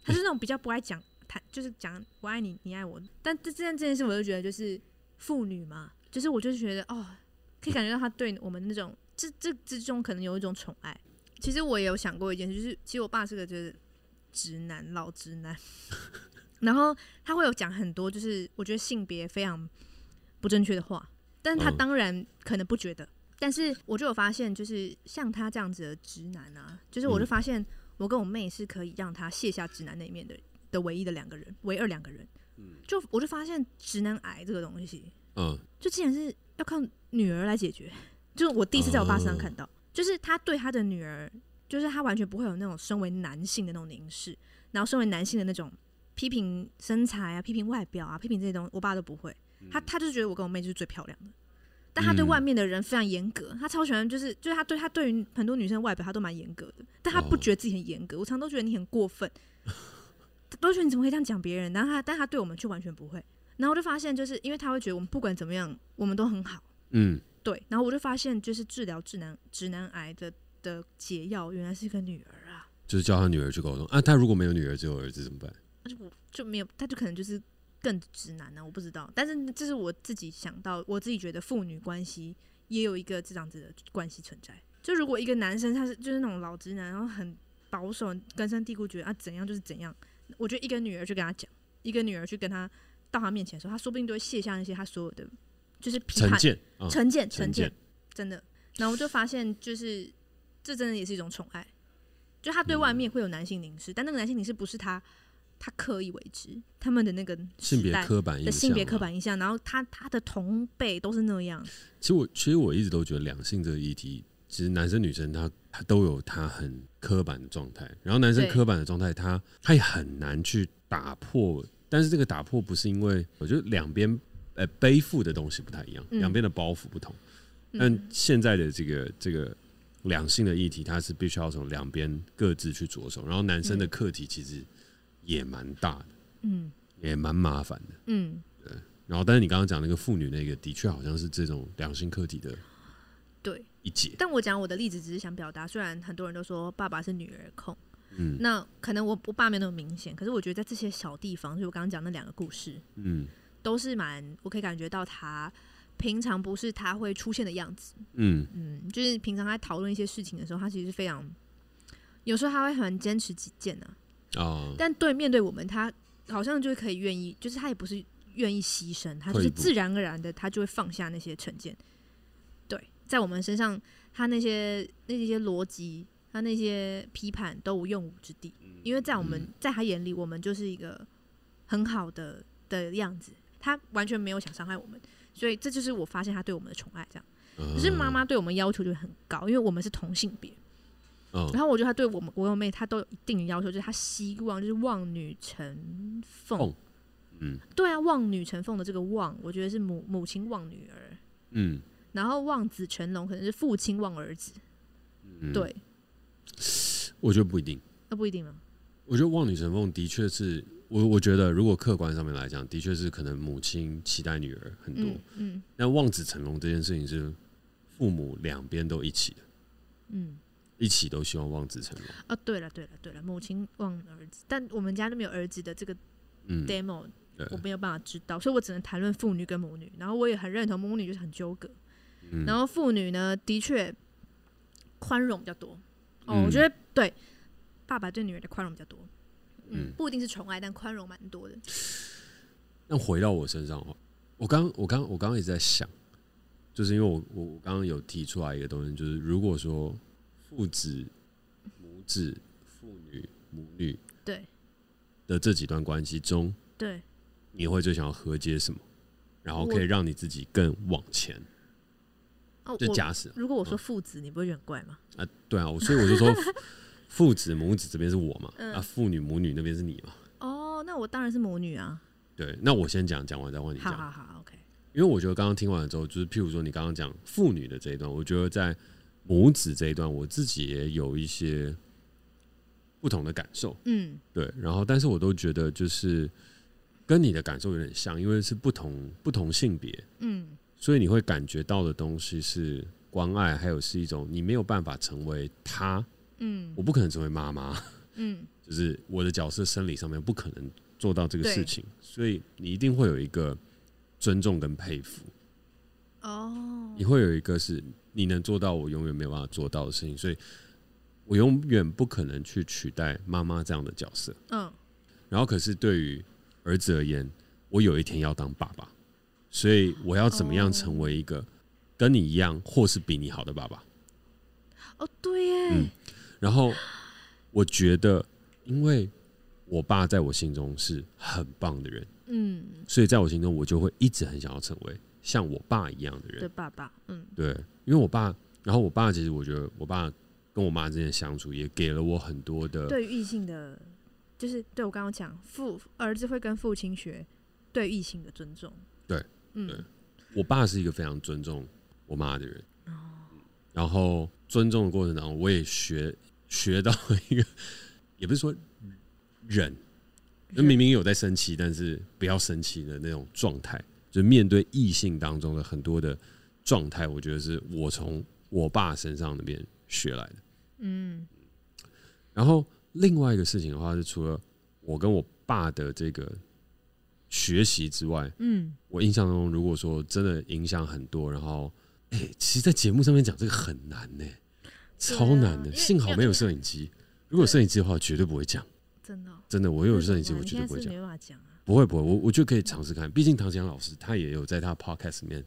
S2: 他是那种比较不爱讲谈，就是讲我爱你，你爱我。但这这件这件事，我就觉得就是妇女嘛，就是我就觉得哦，可以感觉到他对我们那种这这之中可能有一种宠爱。其实我也有想过一件事，就是其实我爸是个就是直男，老直男， 然后他会有讲很多就是我觉得性别非常不正确的话，但是他
S4: 嗯
S2: 当然可能不觉得，但是我就有发现，就是像他这样子的直男啊，就是我就发现我跟我妹是可以让他卸下直男那一面的的唯一的两个人，唯二两个人。就我就发现直男癌这个东西，
S4: 嗯，
S2: 就竟然是要靠女儿来解决。 就是我第一次在我爸身上
S4: 哦
S2: 看到，就是他对他的女儿，就是他完全不会有那种身为男性的那种凝视，然后身为男性的那种批评身材啊、批评外表啊、批评这些东西，我爸都不会。他他就觉得我跟我妹就是最漂亮的，但他对
S4: 嗯
S2: 外面的人非常严格，他超喜欢就是就是他对他对于很多女生的外表他都蛮严格的，但他不
S4: 哦
S2: 觉得自己很严格，我常常都觉得你很过分，都觉得你怎么会这样讲别人，然后他但他对我们却完全不会，然后我就发现就是因为他会觉得我们不管怎么样我们都很好，
S4: 嗯，
S2: 对，然后我就发现就是治疗直男直男癌的的解药原来是一个女儿啊，
S4: 就是叫他女儿去沟通啊。他如果没有女儿，只有儿子怎么办？
S2: 就我就没有，他就可能就是更直男啊呢、我不知道。但是这是我自己想到，我自己觉得父女关系也有一个这样子的关系存在。就如果一个男生他是就是那种老直男，然后很保守、根深蒂固，觉得啊怎样就是怎样，我觉得一个女儿去跟他讲，一个女儿去跟他到他面前的时候，他说不定都会卸下那些他所有的就是批
S4: 成
S2: 判、
S4: 见啊，
S2: 成见、
S4: 成
S2: 成
S4: 见
S2: 见，真的。然后我就发现，就是这真的也是一种宠爱，就他对
S4: 嗯
S2: 外面会有男性凝视，但那个男性凝视不是他他刻意为之，他们的那个
S4: 性
S2: 时
S4: 别
S2: 代
S4: 刻板印
S2: 的
S4: 象，啊
S2: 性别刻。板印象，然后他他的同辈都是那样，
S4: 其实我其实我一直都觉得两性这个议题，其实男生女生他他都有他很刻板的状态，然后男生
S2: 对
S4: 刻板的状态他他也很难去打破，但是这个打破不是因为我觉得两边呃背负的东西不太一样，
S2: 嗯
S4: 两边的包袱不同，但
S2: 嗯，
S4: 现在的这个这个两性的议题，它是必须要从两边各自去着手，然后男生的
S2: 嗯
S4: 课题其实也蛮大的，
S2: 嗯
S4: 也蛮麻烦的。
S2: 嗯，
S4: 然后，但是你刚刚讲那个妇女那个，的确好像是这种两性课题的
S2: 对。
S4: 一节。
S2: 但我讲我的例子，只是想表达，虽然很多人都说爸爸是女儿控，
S4: 嗯
S2: 那可能我我爸没有那么明显，可是我觉得在这些小地方，就我刚刚讲那两个故事，
S4: 嗯
S2: 都是蛮，我可以感觉到他平常不是他会出现的样子。
S4: 嗯
S2: 嗯，就是平常在讨论一些事情的时候，他其实非常，有时候他会很坚持己见呢、啊
S4: 哦，
S2: 但对面对我们，他好像就可以愿意，就是他也不是愿意牺牲，他就
S4: 退
S2: 是
S4: 一步
S2: 自然而然的，他就会放下那些成见。对，在我们身上，他那些那些逻辑，他那些批判都无用武之地，因为在我们、
S4: 嗯
S2: 在他眼里，我们就是一个很好的的样子，他完全没有想伤害我们，所以这就是我发现他对我们的宠爱。这样，可是妈妈对我们要求就很高，因为我们是同性别。
S4: 嗯，嗯，
S2: 然后我觉得他对我们我跟我妹，他都有一定的要求，就是他希望就是望女成凤。
S4: 凤嗯
S2: 对啊，望女成凤的这个望，我觉得是母母亲望女儿，
S4: 嗯
S2: 然后望子成龙可能是父亲望儿子。
S4: 嗯，
S2: 对，
S4: 我觉得不一定。
S2: 那不一定吗？
S4: 我觉得望女成凤的确是我，我觉得如果客观上面来讲，的确是可能母亲期待女儿很多，
S2: 嗯嗯
S4: 那望子成龙这件事情是父母两边都一起的，
S2: 嗯。
S4: 一起都希望望子成龙。
S2: 啊，对了对了对了，母亲望儿子，但我们家都没有儿子的这个
S4: 嗯，
S2: demo，、我
S4: 对，
S2: 没有办法知道，所以我只能谈论父女跟母女。然后我也很认同母女就是很纠葛，
S4: 嗯
S2: 然后妇女呢，的确宽容比较多。哦，
S4: 嗯
S2: 我觉得对，爸爸对女儿的宽容比较多。嗯，
S4: 嗯
S2: 不一定是宠爱，但宽容蛮多的。
S4: 那回到我身上的话，我刚我刚我刚刚一直在想，就是因为我我我刚刚有提出来一个东西，就是如果说父子、母子、父女、母女
S2: 对
S4: 的这几段关系中，
S2: 对，
S4: 你会最想要和解什么？然后可
S2: 我
S4: 以让你自己更往前，
S2: 哦，
S4: 就
S2: 我
S4: 假使
S2: 如果我
S4: 嗯
S2: 说父子，你不会觉得很怪吗？
S4: 啊，对啊，我所以我就说父父子母子这边是我嘛，
S2: 嗯
S4: 啊，父女母女那边是你嘛，
S2: 哦，那我当然是母女啊。
S4: 对，那我先讲，讲完再换你
S2: 好
S4: 讲。
S2: 好好，OK。
S4: 因为我觉得刚刚听完之后，就是譬如说你刚刚讲父女的这一段，我觉得在母子这一段，我自己也有一些不同的感受。
S2: 嗯
S4: 对，然后但是我都觉得就是跟你的感受有点像，因为是不同不同性别，
S2: 嗯
S4: 所以你会感觉到的东西是关爱，还有是一种你没有办法成为他，
S2: 嗯
S4: 我不可能成为妈妈，
S2: 嗯
S4: 就是我的角色生理上面不可能做到这个
S2: 对
S4: 事情，所以你一定会有一个尊重跟佩服。
S2: 哦
S4: 你会有一个是你能做到，我永远没有办法做到的事情，所以我永远不可能去取代妈妈这样的角色。
S2: 嗯
S4: 然后，可是对于儿子而言，我有一天要当爸爸，所以我要怎么样成为一个跟你一样或是比你好的爸爸。
S2: 哦，对耶，
S4: 嗯然后我觉得，因为我爸在我心中是很棒的人，
S2: 嗯，
S4: 所以在我心中我就会一直很想要成为像我爸一样的人
S2: 的。爸爸，嗯
S4: 对，因为我爸，然后我爸其实我觉得我爸跟我妈之间的相处也给了我很多的
S2: 对于异性的，就是对我刚刚讲，父儿子会跟父亲学对异性的尊重。
S4: 对，对
S2: 嗯，
S4: 我爸是一个非常尊重我妈的人，然后尊重的过程当中，我也学 学到了一个，也不是说忍，就明明有在生气，但是不要生气的那种状态，就面对异性当中的很多的状态，我觉得是我从我爸身上那边学来的。
S2: 嗯，
S4: 然后另外一个事情的话，是除了我跟我爸的这个学习之外，
S2: 嗯，
S4: 我印象中，如果说真的影响很多，然后，哎、其实，在节目上面讲这个很难呢、超难
S2: 啊因
S4: 的。
S2: 为
S4: 幸好没有摄影机，如果有摄影机的话，我绝对不会讲。
S2: 真的、哦。
S4: 真的，我有摄影机，
S2: 你
S4: 我绝对
S2: 现
S4: 不
S2: 在
S4: 会
S2: 是
S4: 讲。
S2: 没办法讲啊。
S4: 不会不会，我我觉得可以尝试看。毕竟唐翔老师他也有在他 podcast 里面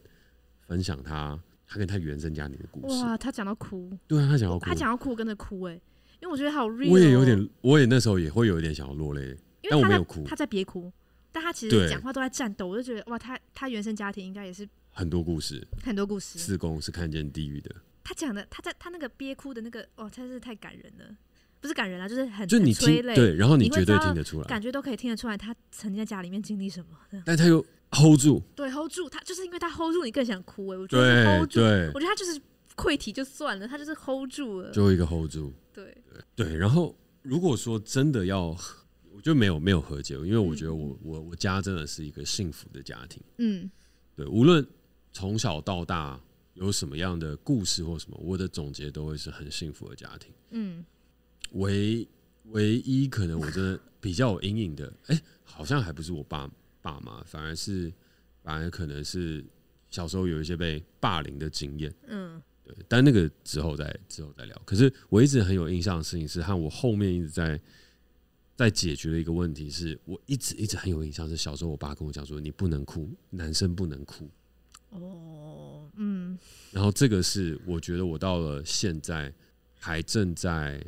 S4: 分享他他跟他原生家庭的故事。
S2: 哇，他讲到哭，
S4: 对啊，他讲要哭
S2: 他，讲到哭，我跟着哭哎、因为我觉得好 real 哦、
S4: 我也有点，我也那时候也会有一点想要落泪。
S2: 因为
S4: 但我
S2: 他
S4: 没
S2: 在
S4: 有哭
S2: 他在憋哭，但他其
S4: 对
S2: 实讲话都在战斗，我就觉得哇，他他原生家庭应该也是
S4: 很多故事，
S2: 很多故事。
S4: 四公是看见地狱的，
S2: 他讲的，他在他那个憋哭的那个，哇，真是太感人了，不是感人啊，就是很
S4: 就你
S2: 很催
S4: 听
S2: 泪，
S4: 对，然后你
S2: 你会
S4: 绝对
S2: 知道
S4: 听得出来
S2: 感，觉都可以听得出来，他曾经在家里面经历什么。这样
S4: 但他又 hold 住，
S2: 对，hold 住他，就是因为他 hold 住你更想哭哎、我觉得是
S4: 对
S2: hold 住，
S4: 对
S2: 我，觉得他就是溃体就算了，他就是 hold 住了。
S4: 最后一个 hold 住。
S2: 对，
S4: 对，然后如果说真的要，我就没有没有和解，因为我觉得我、我我家真的是一个幸福的家庭。
S2: 嗯
S4: 对，无论从小到大有什么样的故事或什么，我的总结都会是很幸福的家庭。
S2: 嗯，
S4: 唯唯一可能我真的比较有阴影的，哎、好像还不是我爸爸妈，反而是反而可能是小时候有一些被霸凌的经验。
S2: 嗯，
S4: 对，但那个之后再之后再聊。可是我一直很有印象的事情是，和我后面一直在在解决的一个问题是，我一直一直很有印象是小时候我爸跟我讲说，你不能哭，男生不能哭。
S2: 哦，嗯
S4: 然后这个是我觉得我到了现在还正在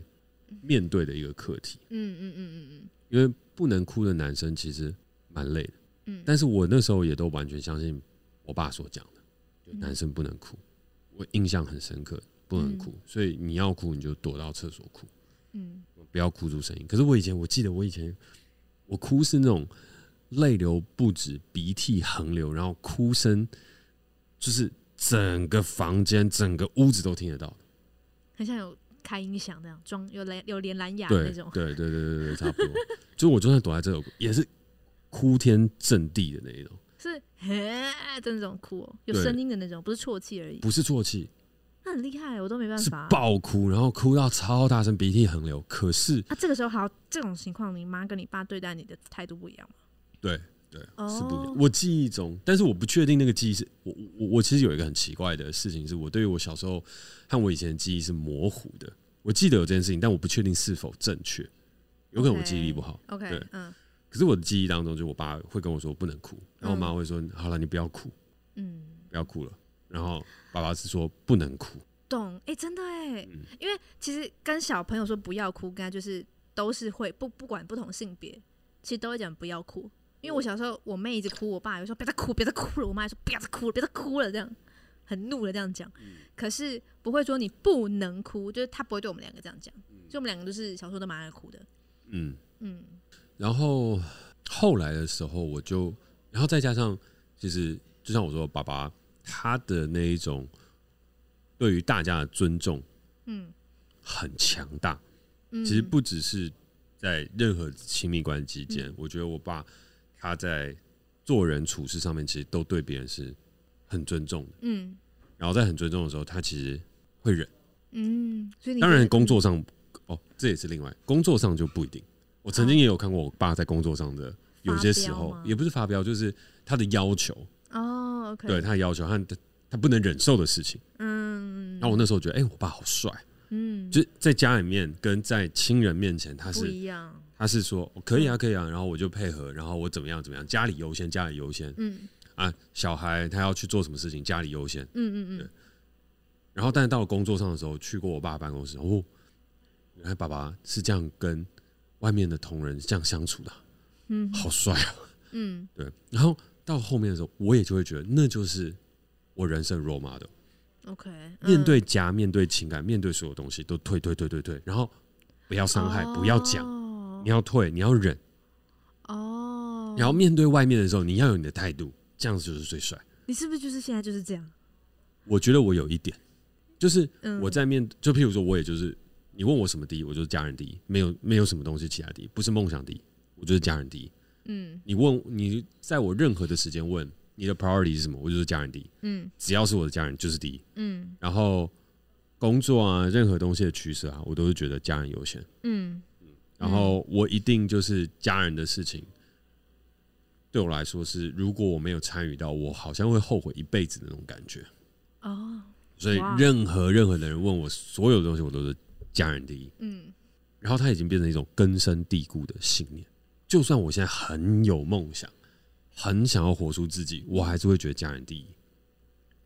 S4: 面对的一个课题，
S2: 嗯嗯嗯嗯
S4: 因为不能哭的男生其实蛮累的。
S2: 嗯嗯，
S4: 但是我那时候也都完全相信我爸所讲的，
S2: 嗯
S4: 就男生不能哭，我印象很深刻，不能哭，所以你要哭你就躲到厕所哭。
S2: 嗯
S4: 不要哭出声音。可是我以前，我记得我以前，我哭是那种泪流不止，鼻涕横流，然后哭声就是整个房间、整个屋子都听得到。
S2: 很像有开音响那样，装有蓝有连蓝牙
S4: 对
S2: 那种。
S4: 对对对对对，差不多。就我就算躲在这，也是哭天震地的那一种，
S2: 是嘿的那种哭、哦，有
S4: 对
S2: 声音的那种，不是啜泣而已。
S4: 不是啜泣，
S2: 那很厉害，我都没办
S4: 是
S2: 法啊。
S4: 爆哭，然后哭到超大声，鼻涕横流。可是
S2: 啊，这个时候还有这种情况，你妈跟你爸对待你的态度不一样吗？
S4: 对对，是不一样
S2: 哦。
S4: 我记忆中，但是我不确定那个记忆是我我我其实有一个很奇怪的事情，是我对于我小时候和我以前的记忆是模糊的。我记得有这件事情，但我不确定是否正确，有可能我记忆力不好。
S2: OK，
S4: 对
S2: 嗯
S4: 可是我的记忆当中，就我爸会跟我说不能哭，然后我妈
S2: 嗯
S4: 会说：“好了，你不要哭，
S2: 嗯，
S4: 不要哭了。”然后爸爸是说不能哭，
S2: 懂。哎、真的哎、
S4: 嗯
S2: 因为其实跟小朋友说不要哭，跟他就是都是会不不管不同性别，其实都会讲不要哭。因为我小时候我妹一直哭，我爸也会说别再哭，别再哭了，我妈也说不要再哭了，别再哭了，这样很怒的这样讲。
S4: 嗯
S2: 可是不会说你不能哭，就是他不会对我们两个这样讲，就我们两个都是小时候都蛮爱哭的。
S4: 嗯，
S2: 嗯
S4: 然后后来的时候，我就，然后再加上，其实就像我说，爸爸他的那一种对于大家的尊重
S2: 嗯
S4: 很强大。
S2: 嗯，
S4: 其实不只是在任何亲密关系间，
S2: 嗯
S4: 我觉得我爸他在做人处事上面，其实都对别人是很尊重的。
S2: 嗯
S4: 然后在很尊重的时候，他其实会忍。
S2: 嗯，所以你
S4: 当然，工作上哦，这也是另外工作上就不一定。我曾经也有看过我爸在工作上的有些时
S2: 啊发飙
S4: 候
S2: 吗，
S4: 也不是发飙，就是他的要求，
S2: 哦，OK，
S4: 对他的要求和他他不能忍受的事情。
S2: 嗯，
S4: 那我那时候觉得，哎、我爸好帅，
S2: 嗯
S4: 就是在家里面跟在亲人面前，他
S2: 不
S4: 是
S2: 一嗯样，
S4: 他是说、哦可以啊，可以啊，然后我就配合，然后我怎么样怎么样，家里优先，家里优先
S2: 嗯
S4: 啊，啊，小孩他要去做什么事情，家里优先。
S2: 嗯嗯嗯，
S4: 然后，但是到了工作上的时候，去过我爸办公室，哦，原来爸爸是这样跟外面的同仁这样相处的啊，
S2: 嗯
S4: 好帅啊！
S2: 嗯，
S4: 对，然后到后面的时候，我也就会觉得那就是我人生 role model。
S2: OK，
S4: 面
S2: 嗯
S4: 对家，面对情感，面对所有东西，都退退退退退，然后不要伤害，不要讲，
S2: 哦
S4: 你要退，你要忍，
S2: 哦，
S4: 然后面对外面的时候，你要有你的态度，这样子就是最帅。
S2: 你是不是就是现在就是这样？
S4: 我觉得我有一点，就是
S2: 嗯，
S4: 我在面，就譬如说，我也就是你问我什么第一，我就是家人第一，没有没有什么东西其他第一，不是梦想第一，我就是家人第一。
S2: 嗯
S4: 你问你在我任何的时间问你的 priority 是什么，我就是家人第一，
S2: 嗯
S4: 只要是我的家人就是第一。
S2: 嗯
S4: 然后工作啊，任何东西的取舍啊，我都是觉得家人优先。
S2: 嗯
S4: 然后我一定就是家人的事情，对我来说是，如果我没有参与到，我好像会后悔一辈子的那种感觉。
S2: 哦
S4: 所以
S2: 哇
S4: 任何任何的人问我所有的东西，我都是家人第一。
S2: 嗯
S4: 然后它已经变成一种根深蒂固的信念。就算我现在很有梦想，很想要活出自己，我还是会觉得家人第一。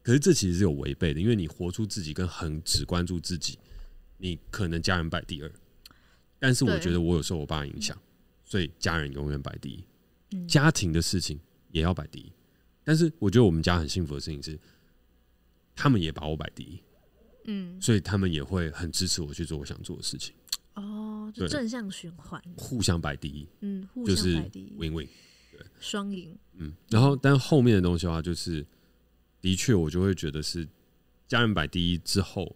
S4: 可是这其实是有违背的，因为你活出自己跟很只关注自己，你可能家人摆第二。但是我
S2: 对
S4: 觉得我有受我爸影响，所以家人永远摆第一，
S2: 嗯
S4: 家庭的事情也要摆第一。但是我觉得我们家很幸福的事情是，他们也把我摆第一，
S2: 嗯
S4: 所以他们也会很支持我去做我想做的事情，
S2: 哦，就
S4: 对
S2: 正向循环，
S4: 互相摆第一。
S2: 嗯，互
S4: 就
S2: 相
S4: 是
S2: 摆第
S4: win win。
S2: 双赢，
S4: 嗯，然后但后面的东西的话，就是的确我就会觉得是家人摆第一之后，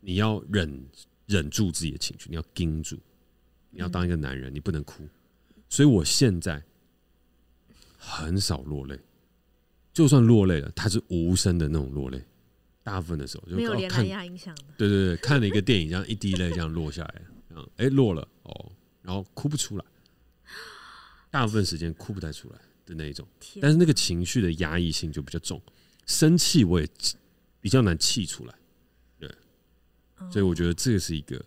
S4: 你要忍忍住自己的情绪，你要盯住，你要当一个男人，你不能哭。所以我现在很少落泪，就算落泪了，它是无声的那种落泪。大部分的时候就
S2: 没有
S4: 哦
S2: 连
S4: 看
S2: 蓝牙影响的，
S4: 对对对，看了一个电影，这样一滴泪这样落下来，这样哎落了哦，然后哭不出来，大部分时间哭不太出来的那一种，
S2: 天
S4: 但是那个情绪的压抑性就比较重，生气我也比较难气出来，对，所以我觉得这个是一个，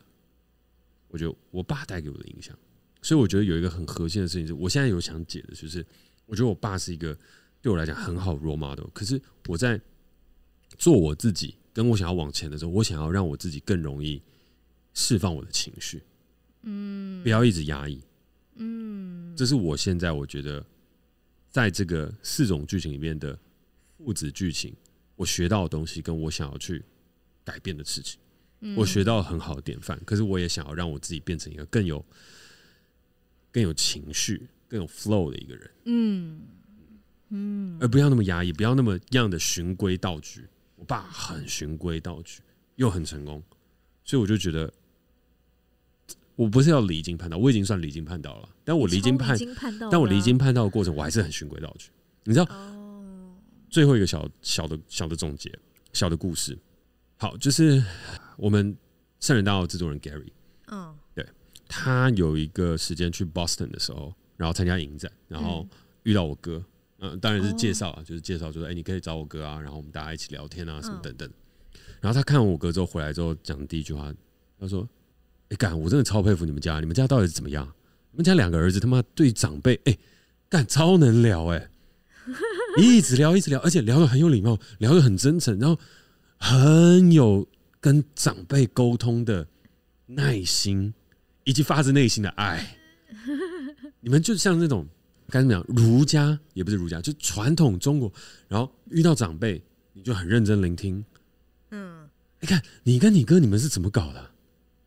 S4: 我觉得我爸带给我的影响，所以我觉得有一个很核心的事情是，我现在有想解的就是，我觉得我爸是一个对我来讲很好 role model，可是我在做我自己，跟我想要往前的时候，我想要让我自己更容易释放我的情绪，嗯，不要一直压抑，嗯，这是我现在我觉得在这个四种剧情里面的父子剧情，我学到的东西跟我想要去改变的事情，我学到很好的典范，可是我也想要让我自己变成一个更有更有情绪、更有 flow 的一个人，
S2: 嗯
S4: 而呃不要那么压抑，不要那么样的循规蹈矩。我爸很循规蹈矩，又很成功，所以我就觉得，我不是要离经叛道，我已经算离经叛道了。但我离经
S2: 超
S4: 叛，
S2: 经叛道的啊，
S4: 但我离经叛道的过程，我还是很循规蹈矩。你知道，
S2: 哦，
S4: 最后一个小小的小的总结，小的故事，好，就是我们圣人大道制作人 Gary，
S2: 嗯
S4: 他有一个时间去 Boston 的时候，然后参加影展，然后遇到我哥，嗯、当然是介绍啊， 就是介绍，就是哎、你可以找我哥啊，然后我们大家一起聊天啊，什么等等。然后他看完我哥之后回来之后，讲的第一句话，他说：“哎、干，我真的超佩服你们家，你们家到底是怎么样？你们家两个儿子他妈对长辈，哎、干超能聊、哎，一直聊一直聊，而且聊得很有礼貌，聊得很真诚，然后很有跟长辈沟通的耐心。”以及发自内心的爱。你们就像那种该怎么讲，儒家也不是儒家，就传统中国，然后遇到长辈，你就很认真聆听。
S2: 嗯
S4: 你看，你跟你哥你们是怎么搞的啊？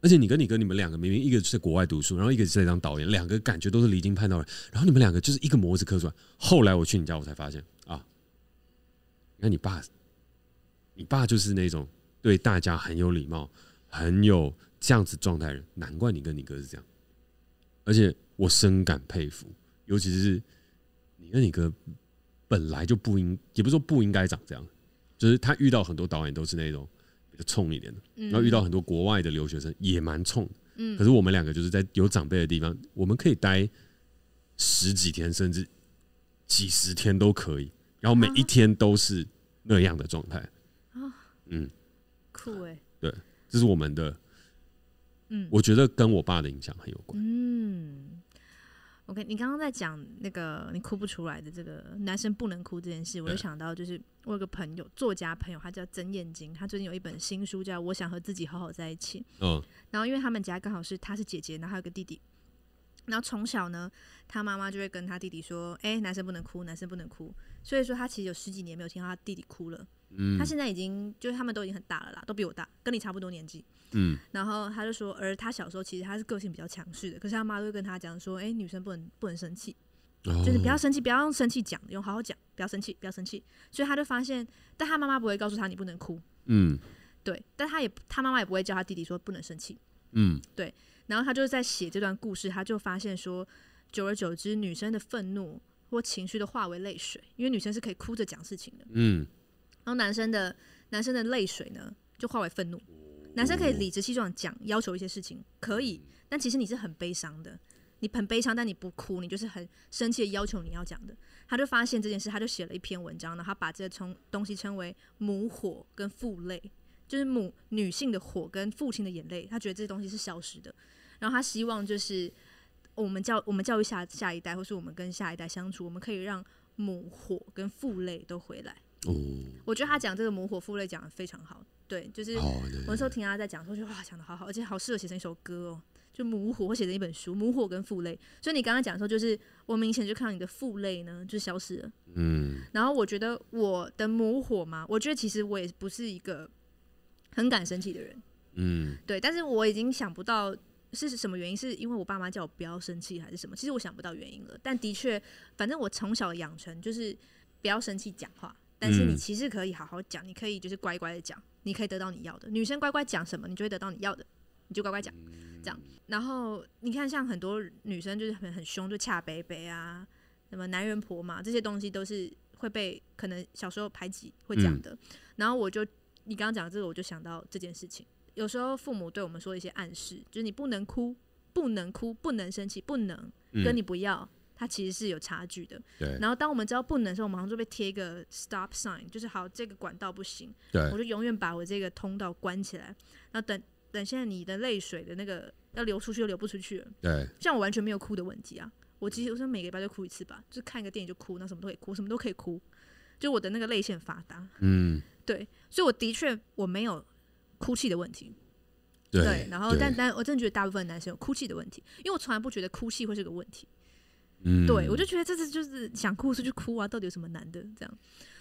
S4: 而且你跟你哥你们两个明明一个在国外读书，然后一个在当导演，两个感觉都是离经叛道人，然后你们两个就是一个模子刻出来。后来我去你家，我才发现啊，你看你爸，你爸就是那种对大家很有礼貌、很有这样子状态的人，难怪你跟你哥是这样。而且我深感佩服，尤其是你跟你哥本来就不应，也不是说不应该长这样，就是他遇到很多导演都是那种比较冲一点的，
S2: 嗯，
S4: 然后遇到很多国外的留学生也蛮冲的。
S2: 嗯
S4: 可是我们两个就是在有长辈的地方，我们可以待十几天，甚至几十天都可以，然后每一天都是那样的状态。
S2: 嗯酷哎，
S4: 这是我们的，
S2: 嗯
S4: 我觉得跟我爸的影响很有关。
S2: 嗯， OK，你刚刚在讲那个你哭不出来的这个男生不能哭这件事，我就
S4: 对
S2: 想到就是我有个朋友，作家朋友，他叫曾燕京，他最近有一本新书叫《我想和自己好好在一起》。
S4: 嗯，
S2: 然后因为他们家刚好是她是姐姐，然后还有个弟弟。然后从小呢，她妈妈就会跟她弟弟说：“哎、男生不能哭，男生不能哭。”所以说她其实有十几年没有听到她弟弟哭了。嗯，他现在已经就是他们都已经很大了啦，都比我大，跟你差不多年纪。嗯，然后他就说，而他小时候其实他是个性比较强势的，可是他妈都会跟他讲说：“哎、女生不能不能生气，
S4: 嗯哦
S2: 就是不要生气，不要用生气讲，用好好讲，不要生气，不要生气。”所以他就发现，但他妈妈不会告诉他你不能哭，
S4: 嗯
S2: 对，但他也他妈妈也不会叫他弟弟说不能生气。
S4: 嗯
S2: 然后他就在写这段故事，他就发现说，久而久之，女生的愤怒或情绪都化为泪水，因为女生是可以哭着讲事情的，
S4: 嗯，
S2: 然后男生的男生的泪水呢，就化为愤怒。男生可以理直气壮讲要求一些事情，可以，但其实你是很悲伤的，你很悲伤，但你不哭，你就是很生气的要求你要讲的。他就发现这件事，他就写了一篇文章，然后他把这个从东西称为母火跟父泪，就是母女性的火跟父亲的眼泪，他觉得这东西是消失的，然后他希望就是我们教我们教育下下一代，或是我们跟下一代相处，我们可以让母火跟父泪都回来。
S4: 哦，
S2: 我觉得他讲这个母火父类讲的非常好，对，就是
S4: 好
S2: 我那
S4: 的，
S2: 时候听他在讲的时候，说就哇讲的好好，而且好适合写成一首歌哦，就母火或写成一本书，母火跟父类。所以你刚刚讲的时候，就是我明显就看到你的父类呢就消失了。
S4: 嗯
S2: 然后我觉得我的母火嘛，我觉得其实我也不是一个很敢生气的人，
S4: 嗯
S2: 对，但是我已经想不到是什么原因，是因为我爸妈叫我不要生气还是什么？其实我想不到原因了。但的确，反正我从小的养成就是不要生气讲话，但是你
S4: 嗯
S2: 其实可以好好讲，你可以就是乖乖的讲，你可以得到你要的。女生乖乖讲什么，你就会得到你要的，你就乖乖讲这样。
S4: 嗯
S2: 然后你看，像很多女生就是很很凶，就恰北北啊，什么男人婆嘛，这些东西都是会被可能小时候排挤会讲
S4: 嗯
S2: 的。然后我就你刚刚讲的这个，我就想到这件事情。有时候父母对我们说的一些暗示，就是你不能哭，不能哭，不能生气，不能
S4: 嗯
S2: 跟你不要，它其实是有差距的。
S4: 对
S2: 然后当我们知道不能的时候，我们马上就被贴一个 stop sign，就是好，这个管道不行，我
S4: 对，
S2: 就永远把我这个通道关起来。那等等，现在你的泪水的那个要流出去又流不出去了，
S4: 对，
S2: 像我完全没有哭的问题啊。我其实我说每个礼拜就哭一次吧，就是看一个电影就哭，那什么都可以哭，什么都可以哭，就我的那个泪腺发达。
S4: 嗯
S2: 对，所以我的确我没有哭泣的问题，
S4: 对，
S2: 然后但但我真的觉得大部分男生有哭泣的问题，因为我从来不觉得哭泣会是个问题。
S4: 嗯，
S2: 对我就觉得这是就是想哭就去哭啊，到底有什么难的这样？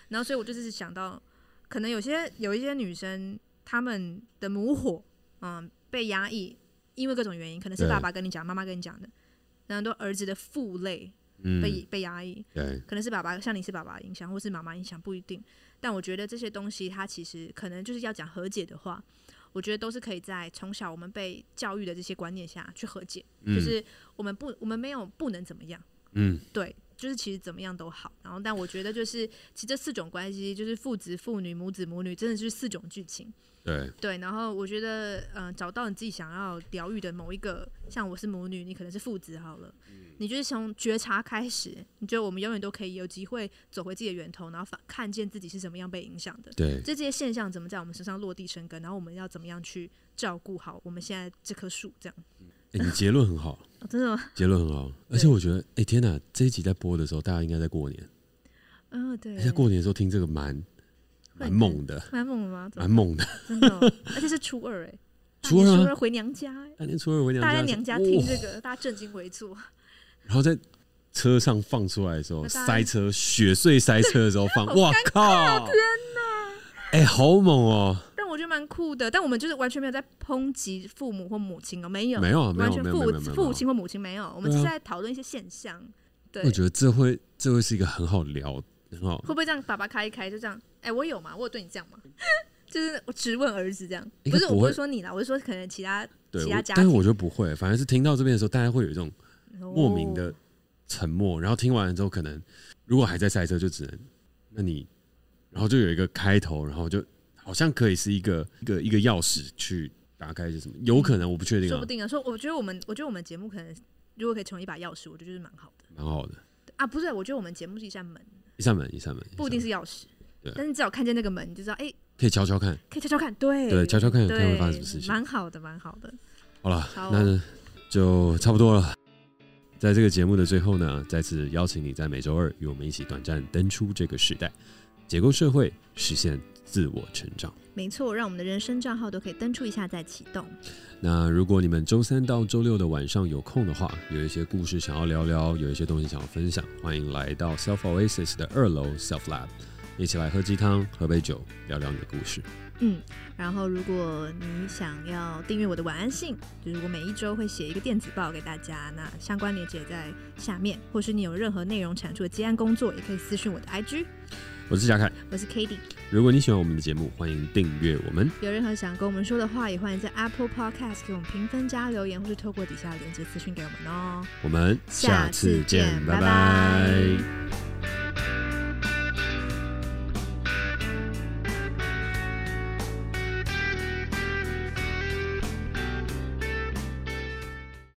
S2: 然后所以我就是想到，可能有些有一些女生她们的母火，嗯，被压抑，因为各种原因，可能是
S4: 对
S2: 爸爸跟你讲，妈妈跟你讲的，然后都儿子的父类
S4: 嗯
S2: 被、被压抑，
S4: 对
S2: 可能是爸爸像你是爸爸影响，或是妈妈影响，不一定。但我觉得这些东西，它其实可能就是要讲和解的话，我觉得都是可以在从小我们被教育的这些观念下去和解，
S4: 嗯
S2: 就是我们不，我们没有不能怎么样，
S4: 嗯
S2: 对，就是其实怎么样都好。然后，但我觉得就是其实这四种关系，就是父子、父女、母子、母女，真的就是四种剧情。
S4: 对
S2: 对，然后我觉得，嗯、找到你自己想要疗愈的某一个，像我是母女，你可能是父子好了，你就是从觉察开始，你觉得我们永远都可以有机会走回自己的源头，然后反看见自己是怎么样被影响的，
S4: 对哎
S2: 就这些现象怎么在我们身上落地生根，然后我们要怎么样去照顾好我们现在这棵树，这样、
S4: 哎、你结论很好，
S2: 哦真的吗？
S4: 结论很好，而且
S2: 对
S4: 我觉得，哎、天哪，这一集在播的时候，大家应该在过年，
S2: 嗯、对
S4: 而，且过年的时候听这个蛮
S2: 会
S4: 蛮猛的，
S2: 蛮猛的吗？怎
S4: 蛮
S2: 么
S4: 猛的。
S2: 真的哦、而且是初二哎、大
S4: 初
S2: 年
S4: 二啊
S2: 初二回娘家哎、
S4: 大年初二回娘
S2: 大
S4: 家哦
S2: 家在
S4: 的时候，
S2: 娘家听
S4: 哇
S2: 这个，大家正襟危坐，
S4: 然后在车上放出来的时候，
S2: 那大家
S4: 塞车雪隧塞车的时候 放，哇靠！天哪！哎、好猛哦、
S2: 但我觉得蛮酷的，但我们就是完全没有在抨击父母或母亲哦，没有，
S4: 没有啊没有
S2: 完全
S4: 没有
S2: 父
S4: 没有没有没有
S2: 父亲或母亲没有，我们
S4: 对
S2: 是
S4: 啊
S2: 在讨论一些现象。对，
S4: 我觉得这会这会是一个很好聊，很好
S2: 会不会这样？爸爸开一开就这样？哎、我有吗？我有对你这样吗？ 就是我质问儿子这样，
S4: 应该
S2: 不是我
S4: 不
S2: 不
S4: 会
S2: 是说你啦，我是说可能其他
S4: 对
S2: 其
S4: 我
S2: 他家庭
S4: 但是我觉得不会，反而是听到这边的时候，大家会有一种莫名的
S2: 哦
S4: 沉默，然后听完了之后，可能如果还在塞车，就只能那你，然后就有一个开头，然后就好像可以是一个一个一个钥匙去打开一些什么，有可能我不确定
S2: 说
S4: 啊
S2: 不，定啊。说我觉得我们，我觉得我们节目可能如果可以成为一把钥匙，我觉得就是蛮好的
S4: 蛮好的，
S2: 啊。不是，我觉得我们节目是一扇门，
S4: 一扇门一扇门，
S2: 不一定
S4: 扇门
S2: 是钥匙
S4: 对，
S2: 但是你只要看见那个门，你就知道哎、
S4: 可以敲敲看，
S2: 可以悄悄看，对
S4: 对，敲敲看看会
S2: 对，
S4: 发生什么事情。
S2: 蛮好的，蛮好的。
S4: 好了，
S2: 好
S4: 那就差不多了。在这个节目的最后呢，再次邀请你在每周二与我们一起短暂登出这个时代，解构社会，实现自我成长。
S2: 没错，让我们的人生账号都可以登出一下再启动。
S4: 那如果你们周三到周六的晚上有空的话，有一些故事想要聊聊，有一些东西想要分享，欢迎来到 Self Oasis 的二楼 Self Lab，一起来喝鸡汤、喝杯酒，聊聊你的故事。
S2: 嗯，然后如果你想要订阅我的晚安信，就是我每一周会写一个电子报给大家，那相关链接在下面，或是你有任何内容产出的接案工作，也可以私讯我的 IG，
S4: 我是贾凯，
S2: 我是 k a t i e
S4: 如果你喜欢我们的节目，欢迎订阅我们。
S2: 有任何想跟我们说的话，也欢迎在 Apple Podcast 给我们评分加留言，或是透过底下链接私讯给我们哦。
S4: 我们
S2: 下次见
S4: 拜
S2: 拜拜
S4: 拜